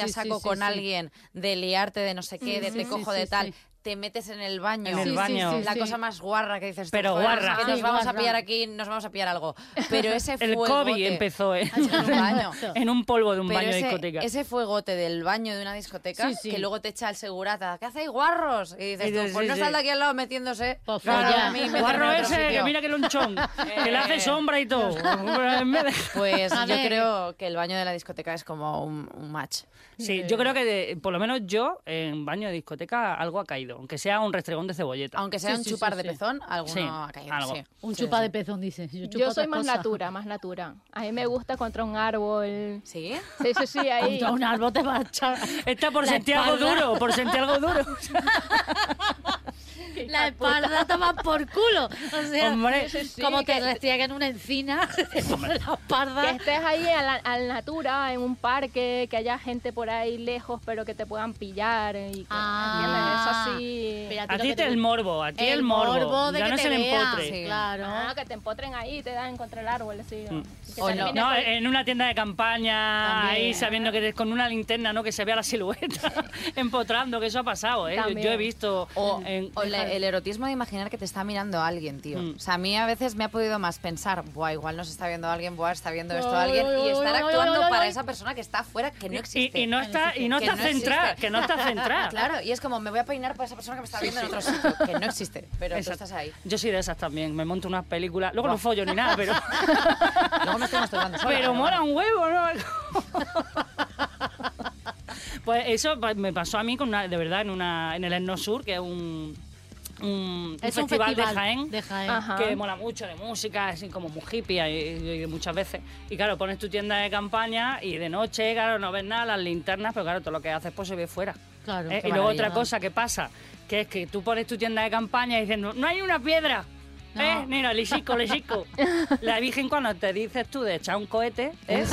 C: sí,
E: a saco
C: sí, sí,
E: con
C: sí.
E: alguien, de liarte, de no sé qué, de
C: sí,
E: te
C: sí,
E: cojo
C: sí,
E: de tal,
C: sí.
E: te metes en el baño.
B: En el baño.
E: La cosa más guarra que dices tú,
B: Pero
E: joder, no sé
B: guarra.
E: qué,
C: Sí,
E: nos vamos
C: guarra.
E: a pillar aquí, nos vamos a pillar algo. Pero ese
B: El
E: fuegote Ah,
B: COVID empezó ¿eh?
E: en un baño.
B: en un polvo de un
E: Pero
B: baño de
E: ese,
B: discoteca.
E: ese fuegote del baño de una discoteca
C: Sí, sí.
E: que luego te echa el segurata, ¿qué hacéis guarros? Y dices
B: Y
E: tú,
B: dices,
E: pues
B: sí,
E: no
B: sí.
E: estás de aquí al lado metiéndose.
C: Pues
E: Claro,
C: follar.
E: a mí meterme en
B: Guarro
E: otro
B: ese, que
E: sitio.
B: mira que lonchón, que le hace
E: Eh.
B: sombra y todo.
E: Pues
C: A
E: yo
C: ver.
E: creo que el baño de la discoteca es como un, un match.
B: Sí, yo creo que de- por lo menos yo en baño de discoteca algo ha caído, aunque sea un restregón de cebolleta.
E: Aunque sea
C: Sí,
E: un
C: sí,
E: chupar
C: sí,
E: de
C: sí.
E: pezón, alguno
B: Sí,
E: ha caído.
B: algo.
E: sí.
C: Un
E: Sí,
C: chupa
E: sí.
C: de pezón, dice. Yo, chupo
D: Yo soy
C: otra
D: más
C: cosa.
D: natura, más natura. A mí me gusta contra un árbol.
E: ¿Sí?
D: Sí, sí, sí, ahí.
C: Contra un árbol te va a echar
B: Está por
C: La
B: sentir algo
C: espalda.
B: duro, por sentir algo duro.
C: la espalda toma por culo. O sea,
B: Hombre.
D: Sí, sí,
C: como te
D: que-
C: restriegan una encina, te ponen la
D: Que
C: espalda.
D: estés ahí a la- al natura, en un parque, que haya gente por ahí lejos, pero que te puedan pillar. Y que,
C: Ah.
D: ¿entiendes? Es así.
C: Pero
B: A
C: ti lo
B: ti
C: que
B: te el morbo, a ti el, morbo.
C: de
B: ya
C: que
B: no
C: te
B: es el
C: vean,
B: empotre.
E: Sí.
C: Claro.
D: Ah, que te empotren ahí, te dan contra el árbol, así.
B: Mm.
D: que
E: O
D: termine
E: no.
B: No,
D: con-
B: en una tienda de campaña,
C: También.
B: ahí sabiendo que eres con una linterna, ¿no? Que se vea la silueta, empotrando, que eso ha pasado, ¿eh? Yo- Yo,
D: También.
B: he visto...
E: O,
B: en-
E: o la- el erotismo de imaginar que te está mirando alguien, tío.
B: Mm.
E: O sea, a mí a veces me ha podido más pensar, buah, igual nos está viendo alguien, buah, está viendo esto
C: Ay,
E: alguien,
C: ay,
E: y
C: ay,
E: estar
C: ay, ay,
E: actuando
C: ay, ay,
E: para
C: ay.
E: esa persona que está afuera, que no
B: y,
E: existe.
B: y no está, y no
E: Que
B: está
E: no existe.
B: centrada, que no está centrada.
E: Claro, y es como, me voy a peinar para esa persona que me está viendo en otro sitio, que no existe, pero
B: Exacto.
E: tú estás ahí.
B: Yo soy de esas también, me monto unas películas, luego no follo ni nada, pero,
E: Luego me estoy masturbando sola,
B: pero
E: bueno.
B: mola un huevo, ¿no? pues eso pa- me pasó a mí con una, de verdad en una en el Etno Sur, que es un, un- un
C: Es un
B: festival,
C: festival
B: de Jaén.
C: De Jaén.
D: Ajá.
B: que mola mucho de música, así como muy hippie y, y muchas veces. Y claro, pones tu tienda de campaña y de noche, claro, no ves nada, las linternas, pero claro, todo lo que haces pues se ve fuera.
C: Claro.
B: Eh,
E: qué
B: y luego
E: maravilla.
B: otra cosa que pasa, que es que tú pones tu tienda de campaña diciendo, no hay una piedra.
C: No.
B: ¿Eh? Mira, lisico, lisico. La Virgen cuando te dices tú de echar un cohete, ¿eh?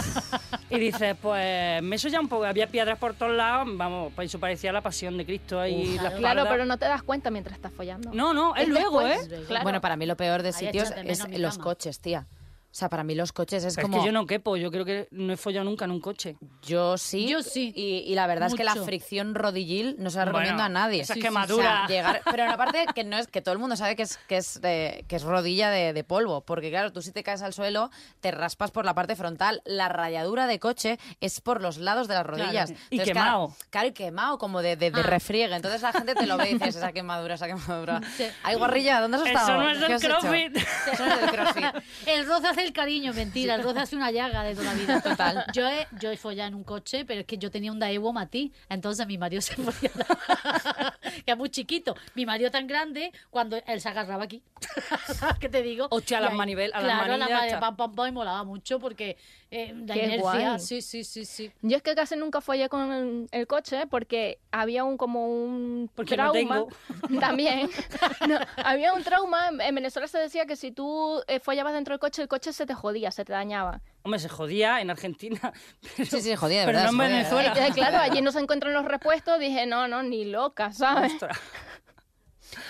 B: y dices, pues me eso ya un poco, había piedras por todos lados, vamos, pues eso parecía la pasión de Cristo ahí.
C: Uf,
B: la
D: Claro,
B: espalda.
D: pero no te das cuenta mientras estás follando.
B: No, no, es
D: Es
B: luego, ¿eh?
D: después,
C: es
D: Claro.
E: Bueno, para mí lo peor de
C: Ahí
E: sitios
C: échate menos
E: es
C: mi
E: los
C: cama.
E: coches, tía. O sea, para mí los coches es
B: Pero
E: como...
B: Es que yo no quepo, yo creo que no he follado nunca en un coche.
E: Yo sí.
C: Yo sí.
E: Y, y la verdad es que la
C: Mucho.
E: fricción rodillil no se la
B: Bueno,
E: recomiendo a nadie.
B: esa es Sí, quemadura.
E: O sea, llegar- pero aparte que no es que todo el mundo sabe que es que es de- que es rodilla de, de polvo, porque claro, tú si te caes al suelo te raspas por la parte frontal. La rayadura de coche es por los lados de las rodillas.
B: Y
E: Entonces,
B: quemado.
E: Claro, claro, y quemado como de, de, de
C: Ah.
E: refriegue. Entonces la gente te lo ve y dices esa quemadura, esa quemadura.
C: Sí.
E: Ay, guarrilla, ¿dónde has
B: Eso
E: estado?
B: no es
E: ¿Qué
B: del
E: has hecho?
B: crossfit.
E: Eso no es del crossfit.
C: El roce hace el cariño, mentira. El roce hace una llaga de toda la vida.
E: Total.
C: Yo he, yo he follado en un coche, pero es que yo tenía un Daewoo Matiz, entonces mi marido se follaba. que es muy chiquito. Mi marido tan grande, cuando él se agarraba aquí. ¿Sabes ¿Qué te digo?
B: Hostia, a
C: Y
B: las
C: ahí-
B: manivela- a las
C: Claro,
B: manillas,
C: manivela,
B: cha.
C: pam, pam, pam, y molaba mucho porque eh, la
D: Qué
C: inercia.
D: guay.
C: Sí, sí, sí, sí.
D: Yo es que casi nunca follé con el, el coche porque había un como un
B: Porque no
D: trauma también. No, había un trauma en- en Venezuela se decía que si tú eh, follabas dentro del coche el coche se te jodía, se te dañaba.
B: Hombre, se jodía en Argentina. Pero,
E: Sí, sí, jodía, de
B: pero
E: verdad,
B: no en
E: se jodía, de
B: Venezuela.
D: Entonces, Eh, claro, allí no se encuentran los repuestos, dije, no, no, ni loca, ¿sabes?
B: Ostras.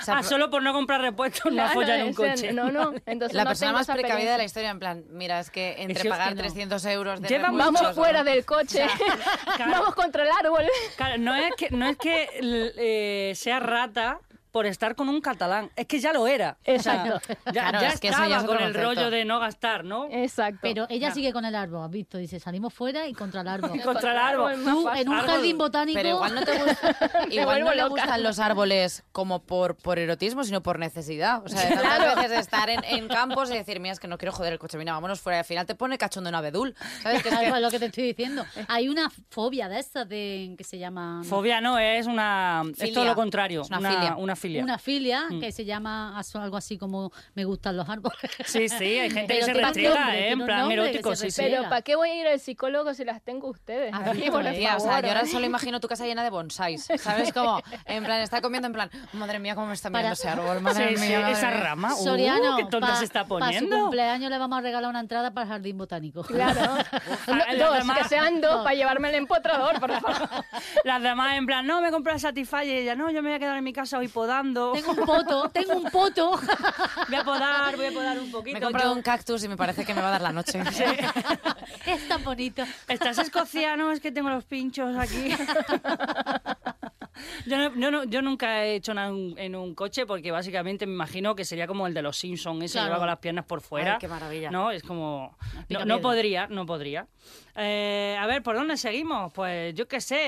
E: O sea,
B: Ah, solo por no comprar repuestos no
D: Claro,
B: follar en un
D: o sea,
B: coche.
D: No, no, entonces
E: La
D: no
E: persona
D: tengo
E: más
D: esa
E: precavida de la
D: experiencia.
E: historia, en plan, mira, es que entre
B: Eso es
E: pagar
B: que no.
E: 300 euros de
B: Lleva
E: repuestos,
B: mucho-
E: ¿no?
D: Vamos fuera del coche,
B: claro.
D: vamos contra el árbol.
B: Claro, no es que, no es que l- eh, sea rata por estar con un catalán. Es que ya lo era.
D: Exacto.
B: O sea, ya
E: Claro,
B: ya
E: es que eso ya
B: estaba
E: es otro
B: con el
E: concepto. Eh,
B: rollo de no gastar, ¿no?
D: Exacto.
C: Pero ella
B: Ya.
C: sigue con el árbol, ¿has visto? Dice, salimos fuera y contra el árbol.
B: Contra el árbol.
D: Tú,
C: Tú, en un
B: Árbol.
C: jardín botánico...
E: Pero igual no te gusta- igual no
D: vuelvo
E: le
D: loca.
E: gustan los árboles como por, por erotismo, sino por necesidad. O sea, de tantas
D: Claro.
E: veces de estar en, en campos y decir, mira, es que no quiero joder el coche, mira, vámonos fuera. Y al final te pone cachondo en abedul. ¿Sabes? Que es
C: Claro,
E: que-
C: es lo que te estoy diciendo. Hay una fobia de estas de, que se llama...
B: Fobia no, es una... Es todo
E: Filia.
B: lo contrario.
E: Es una filia.
B: Una filia.
C: Una filia que se llama as- algo así como me gustan los árboles.
B: Sí, sí, hay gente
C: Pero
B: que
C: tiene
B: se
C: un
B: restriega,
C: nombre,
B: ¿eh? En
C: tiene un
B: plan
C: nombre que
B: erótico,
C: se
B: sí, sí.
D: Pero
C: Llega.
D: ¿para qué voy a ir al psicólogo si las tengo ustedes?
C: Ah,
D: aquí,
C: sí,
D: por
E: Tía, o sea,
D: favor,
E: yo ahora
D: ¿eh?
E: solo imagino tu casa llena de bonsáis, ¿sabes? Como, en plan, está comiendo, en plan, madre mía, cómo me está mirando
C: Para-
E: ese árbol,
B: Sí,
E: madre
B: sí,
E: mía, madre
B: esa
E: mía".
B: rama. Uh,
C: Soriano,
B: qué tonta
C: pa-
B: se está
C: Para su
B: poniendo.
C: cumpleaños le vamos a regalar una entrada para el jardín botánico.
D: Claro.
B: Ah, las
D: No, dos,
B: demás-
D: que sean dos
C: dos.
D: para llevarme el empotrador, por favor.
B: Las demás en plan, no, me compré el Satisfyer y ella, no, yo me voy a quedar en mi casa hoy podando.
C: tengo un poto, tengo un poto.
B: Voy a podar, voy a podar un poquito.
E: Me he comprado
B: Yo-
E: un cactus y me parece que me va a dar la noche.
C: es tan bonito.
B: Estás escociano, es que tengo los pinchos aquí. Yo, no- yo no- yo nunca he hecho nada en un- en un coche porque básicamente me imagino que sería como el de los Simpsons, ese que
C: Claro.
B: va con las piernas por fuera.
E: Ay, qué maravilla.
B: No, es como... No,
C: pica
B: no
C: piedra.
B: podría, no podría. Eh, a ver, ¿por dónde seguimos? Pues yo qué sé,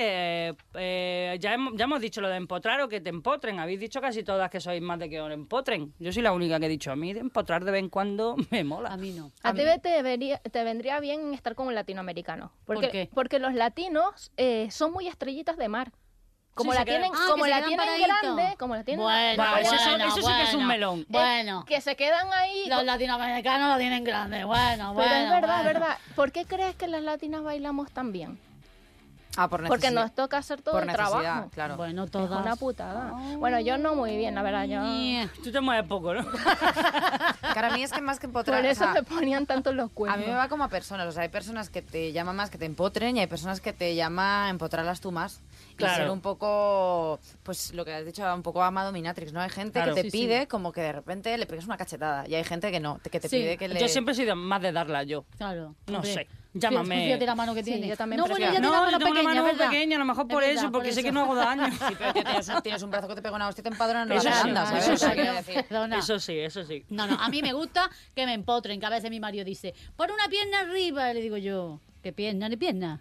B: eh, eh, ya, hemos, ya hemos dicho lo de empotrar o que te empotren. Habéis dicho casi todas que sois más de que os empotren. Yo soy la única que he dicho, a mí de empotrar de vez en cuando me
C: A
B: mola.
C: mí no.
D: A ti te, debería- te vendría bien estar con un latinoamericano. Porque,
C: qué?
D: Porque los latinos eh, son muy estrellitas de mar. Como
B: Sí,
D: la
B: se quedan-
D: tienen,
C: Ah, que
D: como
C: se
D: la
C: quedan
D: tienen
C: paraditos.
D: grande, como la tienen
C: Bueno,
B: Va, eso es-
C: bueno,
B: eso sí que es un
C: bueno.
B: melón.
D: eh,
C: Bueno,
D: que se quedan ahí.
C: los latinoamericanos la tienen grande. Bueno,
D: pero
C: bueno.
D: es verdad, es
C: bueno.
D: verdad. ¿Por qué crees que las latinas bailamos tan bien?
E: Ah, por necesidad.
D: Porque nos toca hacer todo
E: por
D: el
E: necesidad,
D: trabajo.
E: claro.
C: Bueno,
D: Es
C: todas.
D: una putada. Bueno, yo no muy bien, la verdad. Yo...
C: Ñe.
B: Tú te mueves poco, ¿no?
E: Para mí es que más que empotrar,
D: Por
E: o
D: eso
E: sea,
D: me ponían tanto los
E: a mí me
D: cuernos.
E: va como a personas. O sea, hay personas que te llaman más que te empotren y hay personas que te llama empotrarlas tú más.
B: Claro.
E: Y ser un poco, pues lo que has dicho, un poco ama dominatrix, ¿no? Hay gente
B: Claro.
E: que
C: Sí,
E: te
C: sí.
E: pide como que de repente le pegues una cachetada y hay gente que no, que te
C: Sí.
E: pide que le...
B: Yo siempre he sido más de darla yo.
C: Claro.
B: No
C: hombre.
B: sé,
C: Fí-
B: llámame.
C: Fíjate la mano que
D: Sí,
C: tiene.
D: yo también
C: no, bueno,
D: prefiero.
C: ella
B: no,
C: tiene la mano
B: yo tengo
C: pequeña,
B: una mano muy
C: ¿verdad?
B: pequeña, a lo mejor
C: Es
B: por
C: verdad,
B: eso,
C: por
B: porque sé
C: eso.
B: que no hago daño.
E: Sí, pero tío, tienes, un- tienes un brazo que te pega una hostia y te empadrona en Nueva
B: Eso sí,
E: Zelanda, ¿sabes?
B: eso
E: O sea,
B: sí.
E: quiero decir,
C: Perdona.
B: Eso sí, eso sí.
C: No, no, a mí me gusta que me empotren, que a veces mi marido dice, pon una pierna arriba, y le digo yo, ¿qué pierna ni pierna?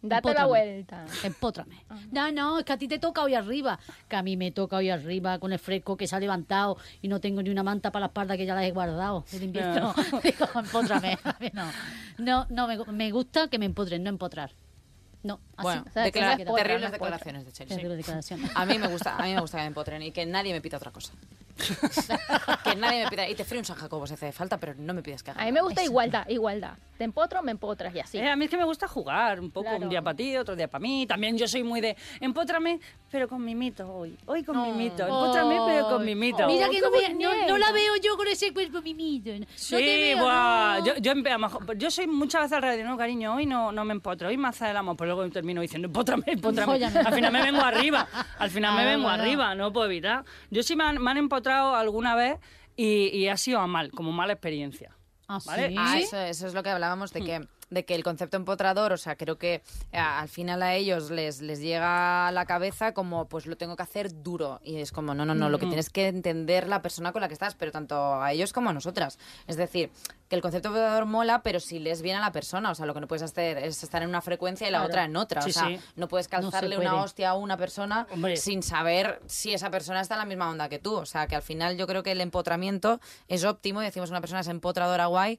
D: Date la
C: Empótrame.
D: vuelta.
C: Empótrame. No, no, es que a ti te toca hoy arriba, que a mí me toca hoy arriba con el fresco que se ha levantado y no tengo ni una manta para la espalda que ya la he guardado del invierno. Digo, empótrame. A mí No, no, no me, gu- me gusta que me empotren, no empotrar. No, así.
E: Bueno,
D: sea, que no
E: declara-
D: es potra, no
E: terribles
D: es potra.
E: declaraciones de Chelsea. Ah,
C: Terrible declaración.
E: A mí me gusta, a mí me gusta que me empotren y que nadie me pida otra cosa. que nadie me pida. Y te frío un San Jacobo si hace falta, pero no me pidas que haga.
D: A mí me gusta igualdad, igualdad. Te empotro, me empotras y así.
B: Eh, a mí es que me gusta jugar un poco, un
D: Claro.
B: día para ti, otro día para mí. También yo soy muy de empótrame, pero con mimito hoy. Hoy con mimito. Empótrame, pero con
C: Ay.
B: mimito.
C: Mira que no, me-
D: qué
C: no, no la
D: bonito.
C: veo yo con ese cuerpo mimito. No
B: Sí,
C: te veo,
B: buah,
C: no.
B: Yo, yo, empe- a lo mejor- yo soy muchas veces al radio, no, cariño, hoy no, no me empotro, hoy me hace el amor, pero luego termino diciendo, empótrame, empótrame.
C: Fóllame.
B: Al final me vengo arriba, al final me
C: Claro,
B: vengo
C: claro.
B: arriba, no puedo evitar. Yo sí me han, me han empotrado alguna vez y, y ha sido a mal, como mala experiencia.
C: Ah,
B: Vale.
C: sí.
E: Ah, eso, eso es lo que hablábamos de que, de que el concepto empotrador, o sea, creo que eh, al final a ellos les, les llega a la cabeza como, pues lo tengo que hacer duro. Y es como, no, no, no, lo que tienes que entender la persona con la que estás, pero tanto a ellos como a nosotras. Es decir, que el concepto empotrador mola, pero si les viene a la persona, o sea, lo que no puedes hacer es estar en una frecuencia y la otra en otra.
B: Sí,
E: o sea,
B: sí.
E: no puedes calzarle
C: puede.
E: una hostia a una persona
B: Hombre.
E: sin saber si esa persona está en la misma onda que tú. O sea, que al final yo creo que el empotramiento es óptimo. y Decimos una persona es empotradora guay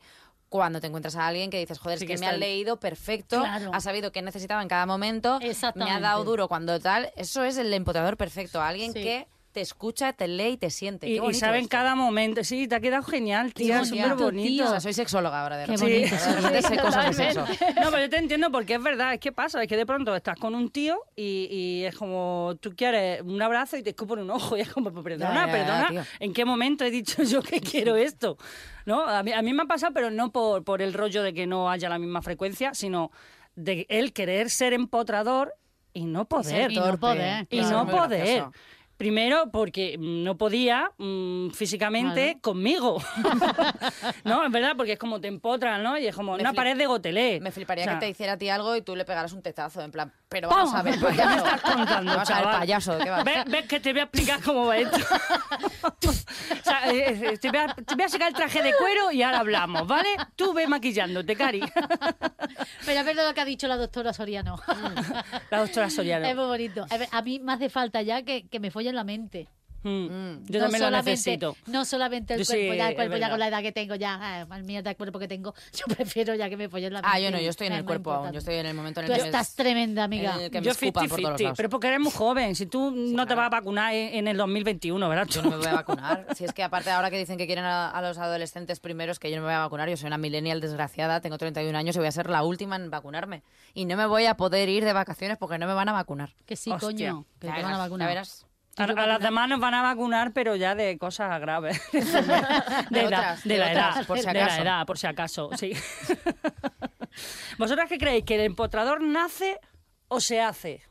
E: cuando te encuentras a alguien que dices, joder,
B: Sí
E: es
B: que
E: que, me
B: está
E: ha
B: el-
E: leído perfecto,
C: Claro.
E: ha sabido qué necesitaba en cada momento, me ha
C: Exactamente.
E: dado duro cuando tal. Eso es el empotrador perfecto. Alguien
C: Sí.
E: que te escucha, te lee y te siente. Qué
B: Y, y
E: bonito
B: saben
E: esto.
B: cada momento. Sí, te ha quedado genial, tía,
E: bonito,
B: súper bonito.
E: O sea, soy sexóloga ahora de
C: Qué
E: repente.
C: bonito,
E: De repente sé cosas de sexo.
B: No, pero yo te entiendo porque es verdad, es que pasa, es que de pronto estás con un tío y, y es como tú quieres un abrazo y te escupo en un ojo y es como, perdona,
E: Ya, ya, ya,
B: perdona,
E: tío.
B: ¿en qué momento he dicho yo que quiero esto? ¿No? A mí, a mí me ha pasado, pero no por, por el rollo de que no haya la misma frecuencia, sino de él querer ser empotrador y no poder.
C: Y no poder,
B: Y
C: claro.
B: no
E: Muy gracioso.
B: poder. Primero, porque no podía mm, físicamente conmigo. no, es verdad, porque es como te empotran, ¿no? Y es como
E: Me
B: una
E: flip-
B: pared de gotelé.
E: Me
B: O
E: fliparía
B: sea,
E: que te hiciera a ti algo y tú le pegaras un tetazo, en plan, pero
B: ¡pum!
E: vamos a ver,
B: Ya
E: payaso.
B: me estás contando,
E: vamos a ver,
B: chaval.
E: payaso, ¿de qué va?
B: ¿Ves, ves que te voy a explicar cómo va esto. o sea, eh, eh, te, voy a, te voy a sacar el traje de cuero y ahora hablamos, ¿vale? Tú ve maquillándote, Cari.
C: Pero es verdad lo que ha dicho la doctora Soriano.
B: La doctora
C: es
B: Soriano.
C: muy bonito. A ver, A mí me hace falta ya que, que me follen la mente.
B: Mm,
C: No
B: Yo también lo
C: solamente-
B: necesito.
C: No solamente el
B: Yo sí,
C: cuerpo, ya
B: es
C: el cuerpo, ya
B: verdad.
C: con la edad que tengo, ya ah, el mierda de cuerpo que tengo, yo prefiero ya que me follen la mente.
E: Ah, yo no, yo estoy en
C: Es
E: el
C: muy
E: cuerpo aún,
C: importante.
E: yo estoy en el momento en el
C: Tú
E: que...
C: estás tremenda, amiga.
E: en el que me
B: Yo
E: escupan
B: 50-50,
E: por todos lados.
B: pero porque eres muy joven. Si tú no te vas a vacunar en, en el 2021, ¿verdad?
E: Yo no me voy a vacunar. Si es que aparte ahora que dicen que quieren a, a los adolescentes primeros que yo no me voy a vacunar, yo soy una millennial desgraciada, tengo 31 años y voy a ser la última en vacunarme. Y no me voy a poder ir de vacaciones porque no me van a vacunar.
C: Que sí,
B: Hostia.
C: coño. Que
E: Ya
C: te van a
E: verás,
C: vacunar.
E: ya verás.
B: A, a las demás nos van a vacunar, pero ya de cosas graves. De,
E: De
B: edad,
E: otras,
B: de
E: de
B: la
E: otras,
B: edad,
E: por si
B: de la
E: acaso.
B: edad, por si acaso, sí. ¿Vosotras qué creéis? ¿Que el empotrador nace o se hace?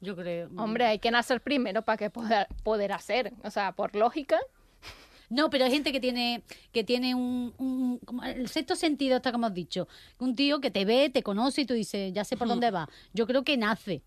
C: Yo creo. mm.
D: Hombre, hay que nacer primero para que poder, poder hacer. O sea, por lógica.
C: No, pero hay gente que tiene, que tiene un, un- como el sexto sentido, hasta como has dicho. Un tío que te ve, te conoce y tú dices, ya sé
E: Hmm.
C: por dónde va. Yo creo que nace.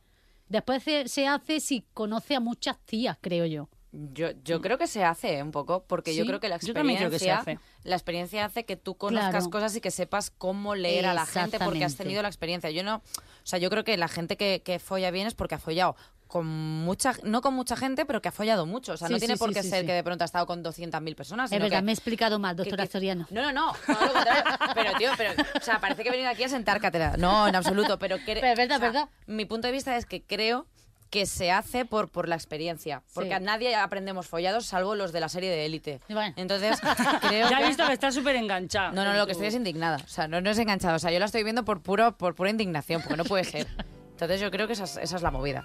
C: Después se, se hace si conoce a muchas tías, creo yo.
E: Yo, yo creo que se hace ¿eh? un poco, porque yo
C: Mm. Sí,
E: creo que la
B: yo
E: experiencia,
B: también creo que se
E: la experiencia hace que tú conozcas
C: Claro.
E: cosas y que sepas cómo leer a la gente porque has
C: Exactamente.
E: tenido la experiencia. Yo no, o sea, yo creo que la gente que, que folla bien es porque ha follado con mucha, no con mucha gente, pero que ha follado mucho. O sea,
C: Sí,
E: no tiene
C: sí,
E: por
C: sí,
E: qué
C: sí,
E: ser
C: sí.
E: que de pronto ha estado con 200.000 personas.
C: es
E: sino
C: verdad,
E: que-
C: me he explicado mal,
E: que-
C: doctora
E: que-
C: Soriano.
E: No, no, no. todo lo contrario. Pero, tío, pero, o sea, parece que he venido aquí a sentar cátedra. No, en absoluto. Pero, que,
C: Pero es verdad,
E: o sea,
C: verdad.
E: Mi punto de vista es que creo que se hace por, por la experiencia. Porque
C: Sí.
E: a nadie aprendemos follados salvo los de la serie de élite.
C: Bueno.
E: Entonces, creo
B: Ya he
E: que-
B: visto que está súper enganchada.
E: No, no, lo que estoy es indignada. O sea, no, no es enganchado. O sea, yo la estoy viendo por, puro, por pura indignación, porque no puede ser. Entonces yo creo que esa es, esa es la movida.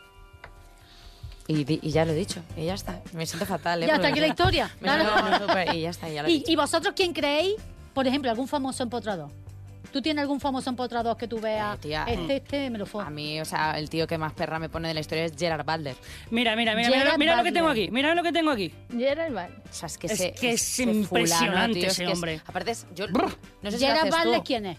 E: Y, di- y ya lo he dicho. Y ya está. Me siento fatal. ¿eh?
C: Ya
E: Porque
C: está aquí la
E: me-
C: historia.
E: me
C: Claro.
E: siento como súper- y ya está. Ya lo he
C: ¿Y,
E: dicho.
C: y vosotros quién creéis? Por ejemplo, algún famoso empotrador. ¿Tú tienes algún famoso empotrador que tú veas?
E: Eh, tía,
C: este, este, me lo fue.
E: A mí, o sea, el tío que más perra me pone de la historia es Gerard Butler.
B: Mira, mira, mira, mira,
C: Gerard
B: mira lo que tengo
C: Butler.
B: aquí. Mira lo que tengo aquí.
D: Gerald Butler.
E: O sea, es que
B: Es
E: ese-
B: que es
E: ese fulano,
B: impresionante
E: tío, es
B: ese
E: que es-
B: hombre.
E: aparte, es- yo no sé si lo
C: Gerard
E: haces tú.
C: Butler, ¿quién es?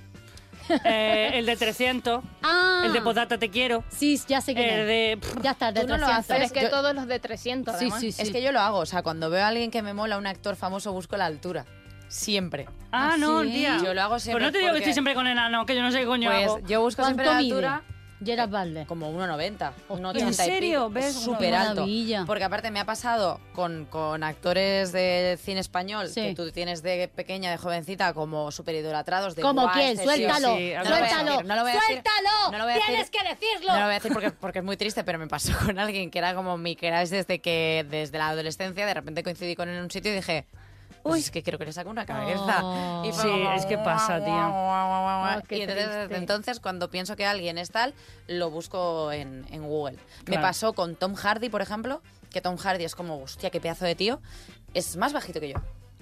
B: Eh, el de 300,
C: Ah,
B: el de Podata Te Quiero,
C: Sí, ya sé quién
B: el
C: es.
B: de... pff,
C: Ya está, el de
E: Tú no lo
C: 300.
D: Pero
E: Pero
D: es que
E: yo-
D: todos los de 300,
C: Sí,
D: además.
C: sí, sí.
E: Es que yo lo hago, o sea, cuando veo a alguien que me mola, un actor famoso, busco la altura. Siempre.
B: Ah,
C: Ah,
B: no,
C: sí.
B: tía.
E: Yo lo hago siempre
B: Pues no te digo que
E: porque-
B: estoy siempre con enano, que yo no sé qué coño
E: Pues
B: hago.
E: yo busco siempre la
C: ¿Cuánto mide?
E: altura
C: Gerard Butler.
E: eh, como 1,90. un
C: ¿En
E: 80 y
B: serio?
E: pico.
B: ¿Ves?
E: Es Súper alto.
C: Maravilla.
E: Porque aparte me ha pasado con, con actores de cine español
C: Sí.
E: que tú tienes de pequeña, de jovencita, como súper idolatrados. De,
C: ¿Cómo
E: "Buah,
C: quién?
E: este tío
C: Suéltalo,
B: sí, a ver.
C: suéltalo,
E: No lo voy a decir,
C: suéltalo.
E: no lo voy a decir.
C: Tienes que decirlo.
E: No lo voy a decir porque, porque es muy triste, pero me pasó con alguien que era como mi crush desde que desde la adolescencia, de repente coincidí con él en un sitio y dije, uy, es que quiero que le saque una cabeza.
C: Oh.
E: Y fue
B: Sí,
E: como,
B: es que pasa,
E: "Guau,
B: tío".
E: guau, guau, guau, guau.
D: Oh, qué
E: y entonces,
D: triste.
E: desde entonces, cuando pienso que alguien es tal, lo busco en, en Google.
B: Claro.
E: Me pasó con Tom Hardy, por ejemplo, que Tom Hardy es como, hostia, qué pedazo de tío. Es más bajito que yo.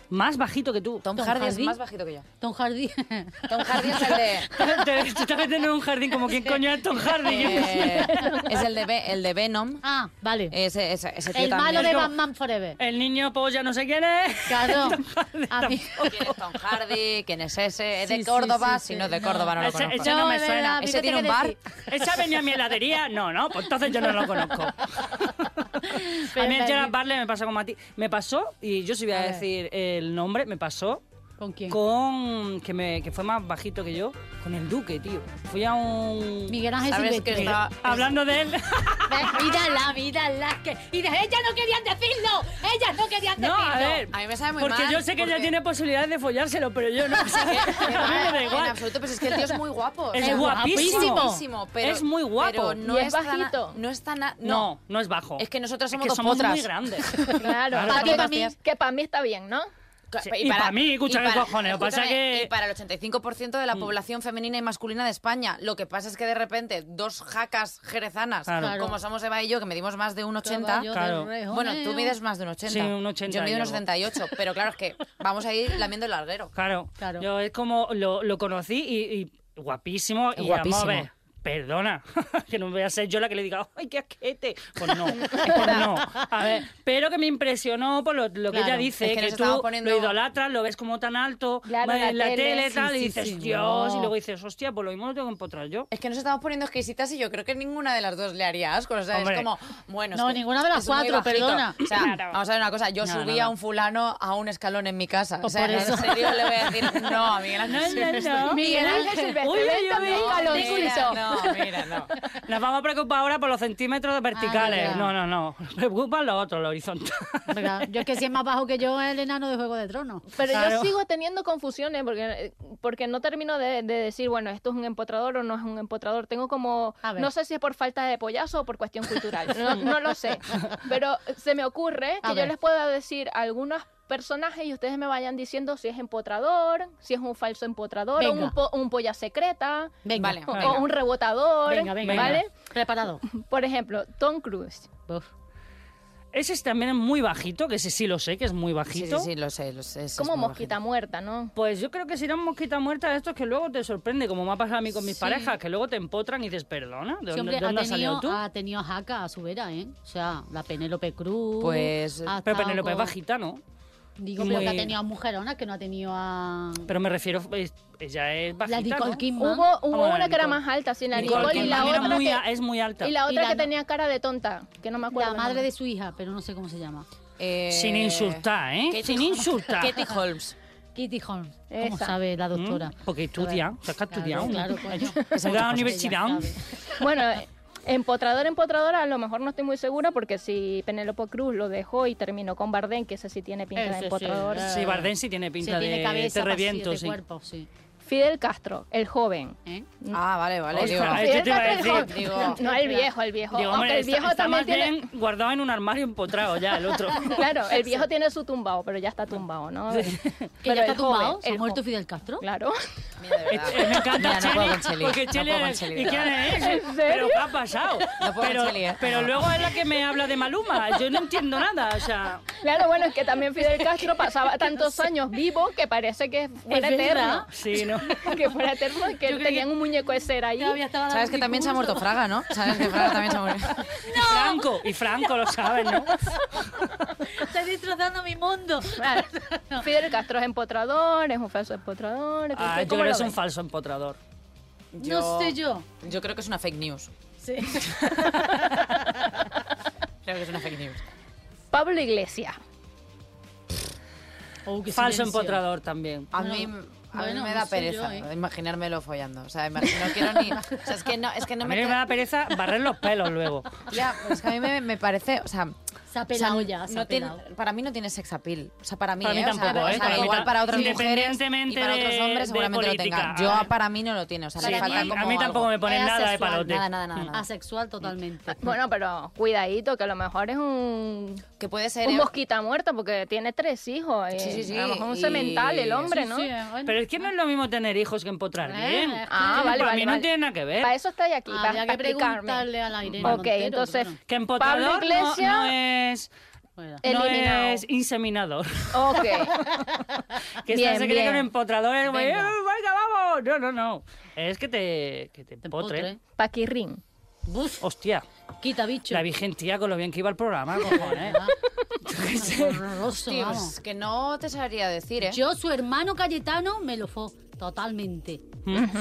B: Más bajito que tú.
E: Tom,
C: ¿Tom
E: Hardy,
C: Hardy?
E: es más bajito que yo.
C: Tom Hardy.
E: Tom Hardy es el de...
B: Te- Tú estás metiendo en un jardín como ¿quién coño es Tom Hardy? Yo qué sé.
E: eh, es el de, Ve- el de Venom.
C: ah, vale.
E: Ese, ese- ese tío
C: el
E: Eh, también.
C: malo
B: es
C: de
B: como-
C: Batman Forever.
B: El niño polla no sé quién es.
C: Claro.
B: Tom Hardy
C: A mí-
B: tampoco.
E: ¿Quién es Tom Hardy? ¿Quién es ese? ¿Es
C: Sí,
E: de
C: sí,
E: Córdoba?
C: sí, sí.
E: Si no es de Córdoba, no, lo
B: Ese-
E: conozco.
B: ese no me
C: de
B: suena.
C: verdad,
E: Ese
C: fíjate
E: tiene
C: que
E: un bar.
C: decir.
B: ¿Esa venía a mi heladería? No, no, pues entonces yo no lo conozco. a
C: Pero
B: mí el
C: la-
B: Gerard Butler me pasó como a ti. Me pasó, y yo sí voy a,
C: A ver.
B: decir el nombre, me pasó
C: ¿Con quién?
B: con... Que, me, que fue más bajito que yo, con el Duque, tío. Fui a un... Ah,
C: Miguel Ángel
E: ¿Sabes que
C: Silvestre.
E: estaba-
B: Hablando de él...
C: Ve, Mírala, mírala. Que... Y de- ellas no querían decirlo. Ellas no querían
B: No,
C: decirlo.
B: a ver.
E: A mí me sabe muy
B: porque
E: mal,
B: yo sé que ella
E: porque-
B: tiene posibilidades de follárselo, pero yo no. o sea, que a mí me da
E: En
B: igual.
E: absoluto, pero es que el tío es muy guapo.
B: Es
E: O sea,
B: guapísimo.
E: es guapísimo, pero-
B: Es muy guapo.
E: pero no
D: Y es
E: tan-
D: bajito.
E: no es tan... a-
B: No,
E: No.
B: no es bajo.
E: Es que nosotras somos
B: que
E: dos
B: somos
E: potras.
B: muy grandes.
D: Claro,
B: Claro,
D: Ah, que
E: tampoco
D: para mí,
E: hacías-
D: que para mí está bien, ¿no?
B: Sí, y para mí, escucha,
E: y
B: qué
E: para-
B: cojones, lo que pasa
E: escúchame,
B: que- Mm.
E: Y para el 85% de la población femenina y masculina de España. Lo que pasa es que de repente dos jacas jerezanas,
B: Claro.
E: como somos Eva y yo, que medimos más de un 80...
C: Caballo de
B: claro.
C: rejoneo.
E: Bueno, tú mides más de un 80.
B: Sí, un 80
E: Yo
B: y
E: mido un
B: algo.
E: 78, pero claro, es que vamos a ir lamiendo el larguero.
B: Claro.
C: Claro.
B: Yo es como lo, lo conocí y, y guapísimo.
E: Es
B: y
E: guapísimo.
B: vamos a ver, perdona, que no voy a ser yo la que le diga, ¡ay, qué asquete! Pues no, pues no. A ver, pero que me impresionó por lo, lo que
E: Claro,
B: ella dice,
E: es que nos
B: que,
E: estamos
B: tú
E: poniendo-
B: lo idolatras, lo ves como tan alto,
D: Claro,
B: va
D: en la
B: en la
D: tele,
B: tele,
D: sí,
B: tal, y
E: sí,
B: dices,
E: sí,
B: Dios,
E: no.
B: y luego dices, hostia, pues lo mismo lo tengo que empotrar yo.
E: Es que nos estamos poniendo exquisitas y yo creo que ninguna de las dos le haría asco. O sea,
B: Hombre.
E: es como, bueno. es
C: No,
E: que
C: ninguna de las
E: es muy
C: cuatro,
E: bajito.
C: perdona.
E: O sea,
B: Claro.
E: vamos a ver una cosa. Yo
B: No,
E: subí
B: no, no.
E: a un fulano a un escalón en mi casa. O
C: Pues
E: sea,
C: por eso.
E: en serio le voy a decir, no, a Miguel Ángel. Silvestre.
B: no.
D: Miguel Ángel Silvestre,
B: Uy, uy,
D: ven
B: uy,
D: también
B: uy,
D: a lo suizo.
E: Mira, no, mira, no.
B: Nos vamos a preocupar ahora por los
E: Ah,
B: centímetros verticales.
C: ya.
B: no, no, no. Nos preocupan los otros, los horizontales.
C: Venga, Yo es que si es más bajo que yo es el enano de Juego de Tronos.
D: Pero
B: Claro.
D: yo sigo teniendo confusiones porque, eh, porque no termino de, de decir, bueno, esto es un empotrador o no es un empotrador. Tengo como,
C: A ver.
D: no sé si es por falta de pollazo o por cuestión cultural, no, no lo sé. Pero se me ocurre
C: A
D: que yo
C: ver.
D: les pueda decir algunos personajes y ustedes me vayan diciendo si es empotrador, si es un falso empotrador, o
C: Venga.
D: un, po- un polla secreta,
C: Venga,
E: Vale.
D: o,
B: Venga.
D: o un rebotador,
C: venga, venga.
D: ¿vale?
C: venga. Preparado.
D: Por ejemplo, Tom Cruise.
B: Ese es también muy bajito, que ese sí lo sé, que es muy
E: Sí,
B: bajito.
E: sí, sí, lo sé, lo sé. sí, es
D: Como
E: muy
D: mosquita muerta, ¿no?
B: Pues yo creo que será un mosquita muerta de estos que luego te sorprende, como me ha pasado a mí con mis parejas, que luego te empotran y dices, perdona, ¿de
C: Sí,
B: dónde,
C: hombre,
B: de dónde
C: ha,
B: has salido
C: tenido,
B: tú?
C: ha tenido jaca a su vera, ¿eh? O sea, la Penélope Cruz.
E: Pues-
C: ha
B: Pero
C: estado
B: Penélope es
C: con-
B: bajita, ¿no?
C: Digo, pero que ha
B: Muy-
C: tenido a mujeronas que no ha tenido a.
B: Pero me refiero, es- ella es bajita,
C: la Nicole
B: ¿no?
C: Kidman.
D: Hubo,
B: Vamos
D: hubo
B: a ver,
D: una que era
B: Nicole.
D: más alta, sin la
B: Nicole
D: Nicole, y la
B: Kidman era
D: otra
B: muy
D: que...
B: a- es muy alta.
D: Y la otra
C: la
D: que
C: no-
D: tenía cara de tonta, que no me acuerdo.
C: La
D: el
C: madre
D: nombre.
C: de su hija, pero no sé cómo se llama.
E: bajito. Eh,
B: Sin insultar, ¿eh?
E: Katie
B: Sin
E: Hol-
B: insultar.
E: Katie Holmes.
C: Kitty Holmes. ¿Cómo
D: Esa.
C: sabe la
B: Mm,
C: doctora?
B: Porque estudia, o sea, que ha estudiado.
C: Claro, claro, coño.
B: Se ha ido a la universidad.
D: Bueno, eh, empotrador, empotradora, a lo mejor no estoy muy segura porque si Penélope Cruz lo dejó y terminó con Bardem, que ese sí tiene pinta
C: Ese
D: de
C: sí,
D: empotrador.
C: eh.
B: Sí, Bardem sí tiene
C: Sí,
B: pinta
C: tiene
B: de
C: cabeza,
B: te
C: pasillo
B: reviento,
C: de
B: sí.
C: cuerpo, sí.
D: Fidel Castro, el joven.
C: ¿Eh?
E: Ah, vale, vale.
B: Mm. Ostras,
E: digo,
B: Ah,
D: Fidel
B: yo te iba a
D: Castro, el
B: decir,
D: joven.
E: digo-
D: no, el viejo, el viejo.
B: Digo,
D: Aunque
B: hombre,
D: el viejo
B: está, está
D: también
B: más
D: tiene...
B: bien guardado en un armario empotrado ya, el otro.
D: Claro, el viejo tiene su tumbao, pero ya está tumbao, ¿no?
C: Que
D: Pero
C: ya está
D: el joven,
C: tumbado. ¿Se ha
D: el
C: muerto
D: joven.
C: Fidel Castro?
D: Claro.
E: Mira, de verdad.
B: Eh, Me encanta
E: Mira, no puedo con
B: Cheli,
E: Cheli,
B: porque
E: no
B: Cheli
E: puedo con
B: es-
E: Cheli,
B: ¿y
E: de
B: quién
E: verdad.
B: es?
D: ¿En serio?
B: ¿Pero qué ha pasado?
E: No puedo con
B: pero,
E: Cheli, eh.
B: pero luego es la que me habla de Maluma, yo no entiendo nada, o sea...
D: Claro, bueno, es que también Fidel Castro pasaba tantos años vivo que parece que fuera
C: verdad.
D: eterno.
B: Sí, ¿no?
D: Que fuera eterno, que
C: Yo creo
D: tenían
C: que-
D: un muñeco de cera ahí.
C: Todavía estaba
E: Sabes
C: dando
E: que también se ha
C: discurso.
E: muerto Fraga, ¿no? Sabes que Fraga también se ha muerto.
B: Y Franco, y Franco lo saben, ¿no?
C: Estás destrozando mi mundo.
D: Vale. Ah, Fidel Castro es empotrador, es un falso empotrador.
B: Ah, yo
D: ¿cómo
B: creo que
D: lo
B: es un
D: ves?
B: falso empotrador.
C: No sé yo.
E: Yo creo que es una fake news.
C: Sí.
E: Creo que es una fake news.
D: Pablo Iglesias.
C: Oh, qué
B: Falso
C: silencio.
B: empotrador también.
E: A
C: No,
E: mí, a mí
C: bueno,
E: me
C: no
E: da
C: sé
E: pereza
C: yo, ¿eh?
E: imaginármelo follando. O sea, imagi- no quiero ni... O sea, es que no, es que no
B: A mí
E: me...
B: me da pereza barrer los pelos luego.
E: Ya, pero es que a mí me, me parece... O sea,
C: Se ha
E: o sea,
C: pelado ya, se ha
E: no tiene-
C: pelado.
E: para mí no tiene sex appeal. O sea, para mí,
B: Para mí
E: ¿eh? O sea,
B: tampoco,
E: o
B: ¿eh?
E: sea,
B: Para mí
E: igual
B: tam-
E: para otras mujeres y
B: independientemente
E: para otros
B: de-
E: hombres
B: de
E: seguramente lo tenga.
B: política.
E: Yo para mí no lo tiene. O sea,
B: Sí,
E: le falta
B: a mí
E: como algo.
B: tampoco me ponen
C: Es
B: nada de
C: asexual,
B: palote.
E: Nada, nada, nada. nada.
C: Asexual totalmente.
D: Bueno, pero cuidadito, que a lo mejor es un,
E: Que puede ser...
D: un
E: eh,
D: mosquita muerta porque tiene tres hijos. eh.
E: Sí, sí, sí,
D: A lo mejor un
E: y-
D: cemental el hombre,
C: Sí,
D: ¿no?
C: sí, eh, bueno.
B: Pero es que no es lo mismo tener hijos que empotrar
C: Eh,
B: bien.
C: eh,
D: Ah, vale,
B: para
D: vale,
B: mí no
D: vale.
B: tiene nada que ver.
D: Para eso estoy aquí, para,
C: Habría que
D: para explicarme.
C: preguntarle a la Irene
D: Ok,
C: Montero,
D: entonces-
C: claro.
B: Que empotrador
D: Pablo
B: no,
D: Iglesias-
B: no es...
C: Fuera.
B: No
D: Eliminado.
B: es inseminador.
D: Ok.
B: Que
D: Bien,
B: se cree que
D: bien.
B: un empotrador es como,
C: Venga.
B: "Eh, venga, vamos. No, no, no. Es que te, que te
C: Te
B: empotre.
C: empotre. ¿eh?
D: Paquirrín.
C: Buf,
B: Hostia,
C: quita bicho.
B: Oh,
C: Ah.
B: la virgen tía con lo bien que iba el programa, cojones.
C: Horroroso,
E: tío,
C: vamos.
E: es que no te sabría decir, ¿eh?
C: Yo, su hermano Cayetano, me lo fue totalmente.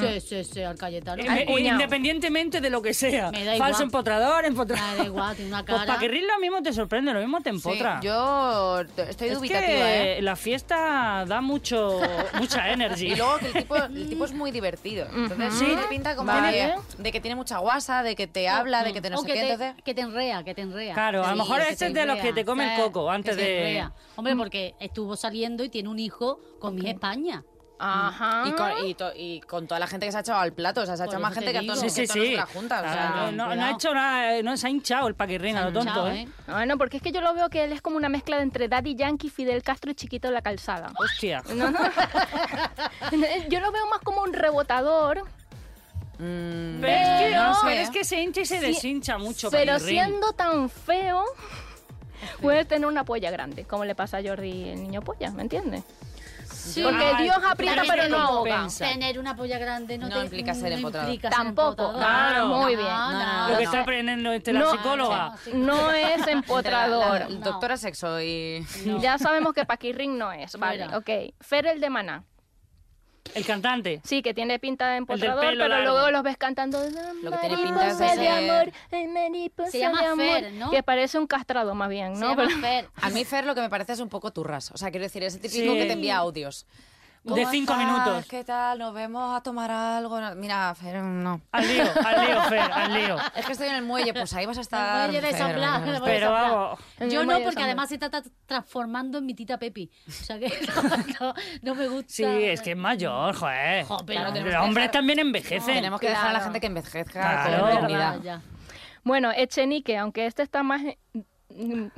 C: Sí, sí, sí, al Cayetano.
B: Eh,
C: Ay,
B: me-
D: cuñao.
B: Independientemente de lo que sea.
C: Me da igual.
B: Falso empotrador,
C: da
B: empotrador.
C: igual, tiene una
B: Pues
C: cara.
B: para que rir lo mismo te sorprende, lo mismo te
E: Sí,
B: empotra.
E: yo estoy
B: es
E: dubitativa, ¿eh?
B: que la fiesta da mucho, mucha energy.
E: Y luego que el tipo, el tipo es muy divertido. Entonces
B: Sí.
E: sí, te pinta como
D: Vale.
E: de, de que tiene mucha guasa, de que te Ah, habla, de que te no
C: O
E: sé
C: que
E: qué.
C: te-
E: Entonces,
C: Que te enrea, que te enrea.
B: Claro, a lo
E: Sí,
B: mejor
E: es que
B: este
E: te
B: es de los que
E: enrea,
B: te come el
E: ¿sabes?
B: coco antes
C: que se
B: de. Mm.
C: enrea. Hombre, porque estuvo saliendo y tiene un hijo con mis España.
D: Ajá.
B: Ah.
E: y, con, y to- y con toda la gente que se ha echado al plato, o sea, se ha
C: Por
E: echado
C: eso
E: más
C: te
E: gente que a todos
B: Sí,
C: digo.
B: sí,
E: que a todos
B: sí.
E: nosotras juntas. O
B: Claro,
E: sea,
B: no, no ha
C: cuidado.
B: hecho nada, eh, no se ha hinchado el paquirrín a lo tonto,
C: Chao,
B: ¿eh?
D: Bueno, porque es que yo lo veo que él es como una mezcla de entre Daddy Yankee, Fidel Castro y Chiquito de la Calzada.
B: Hostia.
D: No, no. Yo lo veo más como un rebotador,
E: mm,
B: Pero, es que,
E: no lo
B: pero
E: sé.
B: es que se hincha y se deshincha mucho.
D: pero
B: paquirrín.
D: siendo tan feo, puedes tener una polla grande, como le pasa a Jordi el niño polla, ¿me entiendes?
C: Sí.
D: Porque
B: Ah,
D: Dios
B: totalmente
D: aprieta pero no ahoga.
B: compensa.
C: Tener una polla grande no,
E: No
C: te-
E: implica ser empotrador.
C: implica ser
D: Tampoco.
C: empotrador.
B: Claro.
D: Muy bien.
C: No, no,
B: Lo que
C: no.
B: está aprendiendo este, la
D: No,
B: psicóloga.
C: sí.
D: No es
E: Entre la- la-
D: empotrador.
E: la Doctora sexo y...
D: Ya sabemos que Paquirrin no es, vale,
C: Fuera.
D: ok. Fer el de Maná.
B: El cantante.
D: Sí, que tiene pinta de empotrador,
B: pelo
D: pero
B: largo.
D: luego los ves cantando.
E: Lo que tiene pinta es
D: "Mariposa
E: de
D: de
E: ser-
D: amor, ay, mariposa
C: Se llama
D: de amor",
C: Fer, ¿no?
D: Que parece un castrado más bien,
C: Se
D: ¿no?
C: llama
D: Pero-
C: Fer.
E: A mí, Fer, lo que me parece es un poco turras. O sea, quiero decir, ese típico
B: Sí.
E: que te envía audios.
B: De
E: ¿Cómo
B: cinco
E: estás?
B: minutos.
E: ¿Qué tal? Nos vemos a tomar algo. No, Mira, Fer, no.
B: Al lío, al lío, Fer, al lío.
E: Es que estoy en el muelle, pues ahí vas a estar.
C: El muelle de
E: Fer,
C: San Blas,
E: no, no,
C: el
E: no.
C: muelle de
B: Pero
C: San Blas.
B: vamos.
D: El
C: Yo
D: muelle
C: no,
D: de
C: porque
D: San
C: además se está tra- transformando en mi tita Pepi. O sea que no, no me gusta.
B: Sí, es que es mayor, joder.
C: Jo, pero
B: Los
E: tenemos que
B: hombres
E: dejar-
B: también envejecen.
E: Tenemos que dejar a la
D: Claro.
E: gente que envejezca
B: Claro.
E: con
B: Es
E: dignidad.
C: Ah, ya.
D: Bueno, Echenique, aunque este está más. en-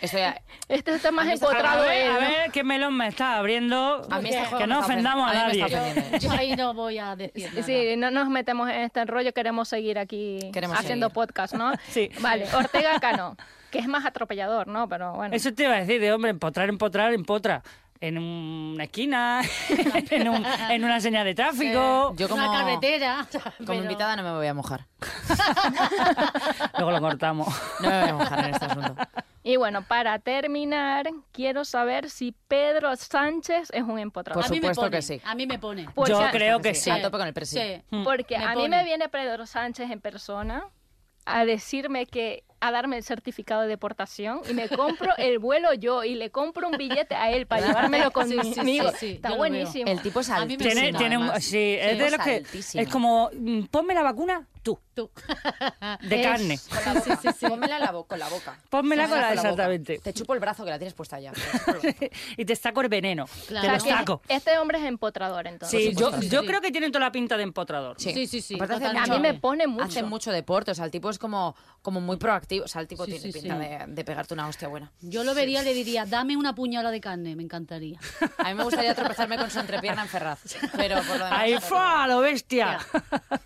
E: Esto ya-
D: Este está más
B: a
D: empotrado
B: ver, a
D: él, ¿no?
B: ver qué melón me está abriendo.
E: A mí este juego
B: que
E: me
B: no
E: está
B: ofendamos a
E: ofendiendo. mí me
B: nadie.
E: está ofendiendo.
C: Yo ahí no voy a decir nada.
D: Sí, no nos metemos en este rollo, queremos seguir aquí
E: Queremos
D: haciendo
E: seguir.
D: podcast, ¿no?
B: Sí.
D: Vale, Ortega Cano, que es más atropellador, ¿no? Pero bueno.
B: Eso te iba a decir, de hombre, empotrar, empotrar, empotra. En una esquina, en, un- en una señal de tráfico.
E: Yo como,
C: Una carretera.
E: como
C: pero-
E: invitada no me voy a mojar.
B: Luego lo cortamos.
E: No me voy a mojar en este asunto.
D: Y bueno, para terminar, quiero saber si Pedro Sánchez es un empotrador.
E: Por
C: a mí me
E: supuesto
C: pone,
E: que sí.
C: A mí me pone.
D: Pues
B: Yo
D: ya-
B: creo que
E: Sí,
B: sí.
E: a tope con el presi.
C: Sí.
D: Porque
C: Me
D: a mí
C: pone.
D: me viene Pedro Sánchez en persona a decirme que a darme el certificado de deportación y me compro el vuelo yo y le compro un billete a él para llevármelo
C: Sí, sí,
D: conmigo.
C: sí, sí,
D: Está
C: yo lo
D: buenísimo.
E: El tipo es
C: A mí
E: altísimo.
C: me suena,
B: Tiene, tiene un-
E: además.
B: sí, es
E: Sí,
B: de los
E: es
B: que.
E: altísimo.
B: Es como, mm, ponme la vacuna tú,
C: Tú.
B: de
D: Es-
B: carne.
E: Con la boca. Pónmela la bo- con la boca.
B: Pónmela con la-
E: boca.
B: exactamente.
E: Te chupo el brazo que la tienes puesta ya. Te chupo el brazo.
B: y te saco el veneno.
C: Claro.
B: Te
D: O
B: lo
D: sea, que
B: saco.
D: Este hombre es empotrador, entonces.
B: Sí, yo,
E: supuesto, sí,
B: yo
C: sí.
B: creo que tiene toda la pinta de empotrador.
E: Sí.
C: Sí, sí, sí,
E: Aparte hace
D: a
C: totalmente.
E: mucho-
D: mí me pone mucho.
E: Hace mucho deporte, o sea, el tipo es como, como muy proactivo, o sea, el tipo
C: Sí,
E: tiene
C: sí,
E: pinta
C: sí.
E: de, de pegarte una hostia buena.
C: Yo lo vería y le diría, dame una puñalada de carne, me encantaría.
E: A mí me gustaría tropezarme con su entrepierna en Ferraz, pero por lo demás...
B: ¡Ay,
E: otro.
B: fa, lo bestia!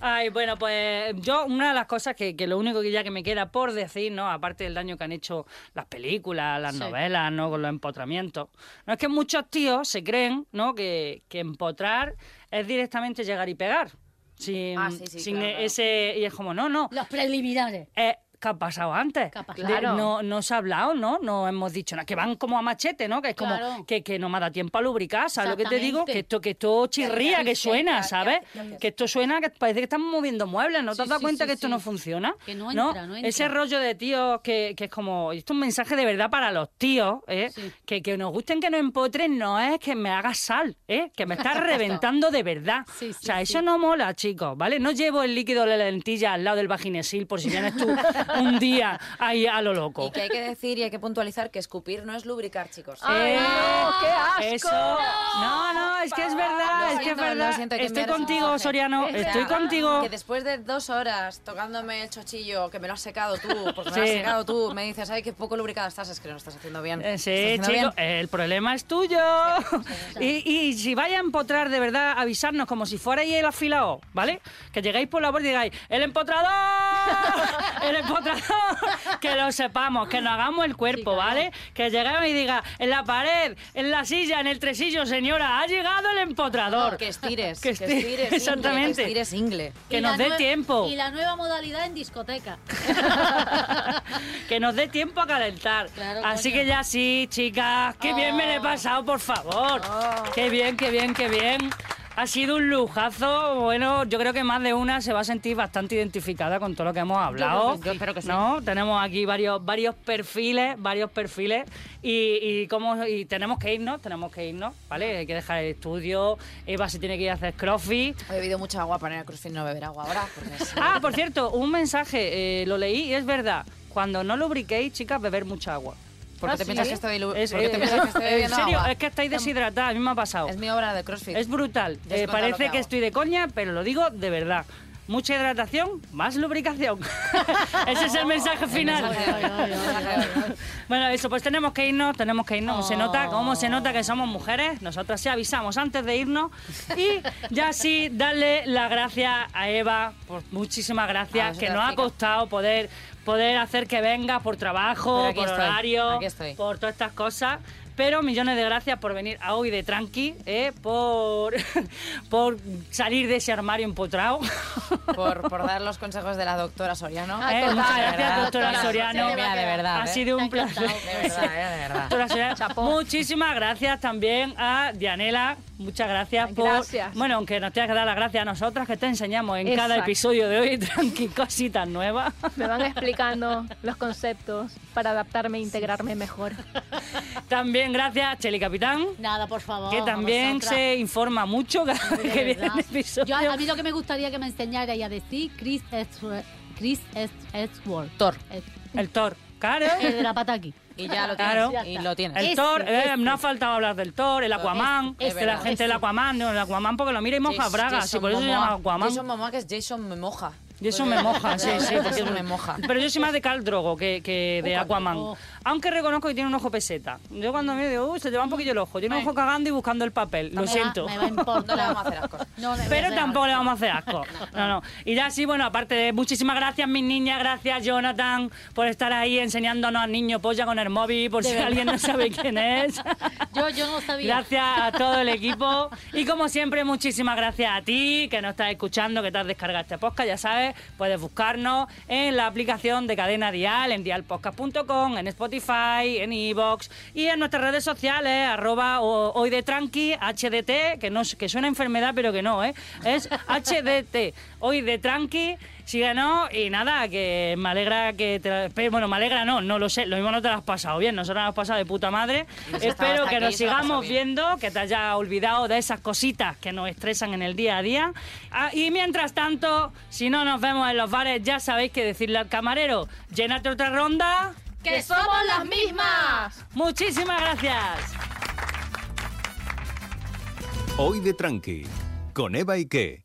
B: Ay, bueno, pues yo una de las cosas que, que lo único que ya que me queda por decir, ¿no? Aparte del daño que han hecho las películas, las novelas, ¿no? Con los empotramientos. No es que muchos tíos se creen, ¿no? Que, que empotrar es directamente llegar y pegar. Sin,
E: Ah, sí, sí,
B: sin e-
E: claro, claro.
B: ese... Y es como, no, no.
C: Los preliminares.
B: Eh, ¿Qué ha pasado antes?
C: ¿Qué ha pasado?
B: De-
D: Claro.
B: no, no se ha hablado, ¿no? No hemos dicho nada. Que van como a machete, ¿no? Que es como
C: Claro.
B: que, que no me ha dado tiempo a lubricar, ¿sabes lo que te digo?
C: Exactamente.
B: Que esto, que esto chirría, que
E: sí,
B: suena,
E: ya,
B: ¿sabes?
E: ya, ya, ya.
B: Que esto suena, que parece que están moviendo muebles, ¿no te
C: Sí,
B: has dado
C: sí,
B: cuenta
C: sí,
B: que esto
C: sí.
B: no funciona?
C: Que no entra, no entra.
B: Ese rollo de tíos que, que es como, y esto es un mensaje de verdad para los tíos, ¿eh?
C: Sí.
B: Que, que nos gusten, que nos empotren, no es que me hagas sal, ¿eh? Que me estás reventando de verdad.
C: Sí, sí,
B: o sea,
C: sí.
B: eso no mola, chicos, ¿vale? No llevo el líquido de la lentilla al lado del vaginesil por si vienes tú un día ahí a lo
E: Y
B: loco.
E: que hay que decir y hay que puntualizar que escupir no es lubricar, chicos.
B: Ah,
D: ¡Ay, no! ¡Qué asco!
B: Eh, Eso. No, no, es que es
E: Lo
B: verdad, es que es
E: siento, lo
B: verdad.
E: siento, hay que
B: Estoy
E: enviar ese
B: contigo,
E: mensaje.
B: Soriano,
E: O sea,
B: estoy contigo.
E: Que después de dos horas tocándome el chochillo, que me lo has secado tú, porque me lo has
B: Sí.
E: secado tú, me dices, ay, qué poco lubricada estás, es que no lo estás haciendo bien.
B: Eh,
E: Lo
B: Sí,
E: estás haciendo
B: chicos,
E: bien.
B: el problema es tuyo. Y, y si vais a empotrar de verdad, avisarnos como si fuerais el afilado, ¿vale? Que llegáis por la puerta y digáis, ¡el empotrador! ¡El empotrador! que lo sepamos, que nos hagamos el cuerpo, ¿vale? Que lleguemos y diga, en la pared, en la silla, en el tresillo, señora, ha llegado el empotrador.
E: Que estires,
B: eh, Que
E: que
B: esti-
E: estires, ingle,
B: exactamente.
E: que estires ingle.
B: Que
C: Y
B: nos
C: la
B: dé
C: nue-
B: tiempo.
C: Y la nueva modalidad en discoteca.
B: que nos dé tiempo a calentar.
C: Claro,
B: Así
C: coño.
B: que ya sí, chicas, qué bien me lo
E: Oh.
B: he pasado, por favor. Qué bien, qué bien, qué bien. Ha sido un lujazo. Bueno, yo creo que más de una se va a sentir bastante identificada con todo lo que hemos hablado.
E: sí. Yo espero que sí.
B: ¿No? Tenemos aquí varios, varios perfiles, varios perfiles. Y, y cómo, y tenemos que irnos, tenemos que irnos,
E: Ah.
B: ¿vale? Hay que dejar el estudio. Eva se tiene que ir a hacer crossfit.
E: He bebido mucha agua para ir a CrossFit, no beber agua ahora. porque es-
B: Ah, por cierto, un mensaje, eh, lo leí y es verdad. Cuando no lubriquéis, chicas, beber mucha agua.
E: ¿Por qué te piensas que estoy, lu-
B: ah, Es-
E: por qué te
B: eh,
E: piensas que estoy
B: en
E: bebiendo
B: serio,
E: agua?
B: es que estáis deshidratadas, a mí me ha pasado.
E: Es mi obra de CrossFit.
B: Es brutal.
E: Ya os
B: Eh,
E: contaré lo
B: parece
E: que
B: que
E: hago.
B: estoy de coña, pero lo digo de verdad. Mucha hidratación, más lubricación. Ese es el mensaje final.
E: Mensaje de hoy, mensaje de hoy.
B: Bueno, eso, pues tenemos que irnos, tenemos que irnos. Se nota,
E: Oh.
B: cómo se nota que somos mujeres. Nosotras sí avisamos antes de irnos. Y ya sí, darle las gracias a Eva, por muchísimas
E: A
B: gracias,
E: vosotras,
B: que nos ha
E: chicas.
B: costado poder poder hacer que vengas por
E: Pero
B: trabajo,
E: aquí
B: Oh, por
E: estoy,
B: horario,
E: aquí estoy.
B: por todas estas cosas. Pero millones de gracias por venir a hoy de tranqui, ¿eh? por, por salir de ese armario empotrado.
E: Por, por dar los consejos de la doctora Soriano.
D: Ah,
B: Eh,
D: total,
B: muchas gracias,
D: verdad,
B: doctora
D: total,
B: Soriano.
D: se te va a
E: Mira, de
D: quedar.
E: verdad.
B: Ha
E: ¿eh?
B: sido
C: Te ha
B: un placer.
C: encantado.
E: De verdad, eh, de verdad.
B: Doctora Soledad, Muchísimas gracias también a Dianela. Muchas gracias por.
D: Gracias.
B: Bueno, aunque nos tengas que dar las gracias a nosotras que te enseñamos en cada
D: Exacto.
B: episodio de hoy, tranqui, cositas nuevas.
D: Me van explicando los conceptos para adaptarme e integrarme mejor.
B: También gracias a Cheli Capitán,
C: Nada, por favor.
B: que
C: a
B: también
C: vosotras.
B: se informa mucho cada
C: De
B: vez que viene
C: verdad.
B: el episodio.
C: Yo, a mí lo que me gustaría que me enseñara y a decir Chris Hemsworth. Chris Hemsworth.
E: Thor.
C: El,
B: El Thor, claro.
C: el de la pata aquí.
E: Y ya lo tienes.
B: Claro.
E: Y lo tienes.
B: El
C: Ese,
B: Thor, eh,
C: ese.
B: no ha faltado hablar del Thor, el Aquaman,
E: Ese,
B: de la
E: ese.
B: gente del Aquaman, no, el Aquaman porque lo mira y moja
E: Jason-
B: bragas,
E: Jason
B: y por eso se
E: Momoa.
B: llama Aquaman.
E: Jason Momoa, que es Jason me moja.
B: Y eso me moja, sí, sí. porque-
E: Jason me moja.
B: Pero yo soy más de Cal Drogo que, que de
C: Ojo,
B: Aquaman.
C: ojo.
B: Aunque reconozco que tiene un ojo peseta. Yo cuando me digo, uy, se te va un poquillo el ojo. Tiene un ojo cagando y buscando el papel. Lo
C: Me va-
B: siento.
C: Me va a importar.
E: No le vamos a hacer asco.
C: No le voy a
B: Pero
C: hacer
B: tampoco
C: asco.
B: le vamos a hacer asco. No, no. Y ya sí, bueno, aparte de muchísimas gracias, mis niñas, gracias, Jonathan, por estar ahí enseñándonos al niño polla con el móvil, por si alguien no sabe quién es.
C: Yo, yo no sabía.
B: Gracias a todo el equipo. Y como siempre, muchísimas gracias a ti que nos estás escuchando, que te has descargado este podcast. Ya sabes, puedes buscarnos en la aplicación de Cadena Dial, en dialpodcast.com, en Spotify, en iVoox y en nuestras redes sociales, arroba ho- hoy de tranqui, HDT, que, no, que suena a enfermedad, pero que no, ¿eh? Es HDT, hoy de tranqui. Síganos y nada, que me alegra que te la- pe- Bueno, me alegra no, no lo sé, lo mismo no te lo has pasado bien, nosotros nos has pasado de puta madre.
E: Y nos estaba
B: Espero
E: hasta
B: que
E: aquí,
B: nos
E: se lo ha pasado
B: sigamos
E: bien.
B: viendo, que te haya olvidado de esas cositas que nos estresan en el día a día. Ah, y mientras tanto, si no nos vemos en los bares, ya sabéis que decirle al camarero, llénate otra ronda.
D: ¡Que somos las mismas!
B: Muchísimas gracias.
A: Hoy de Tranqui, con Eva Ike.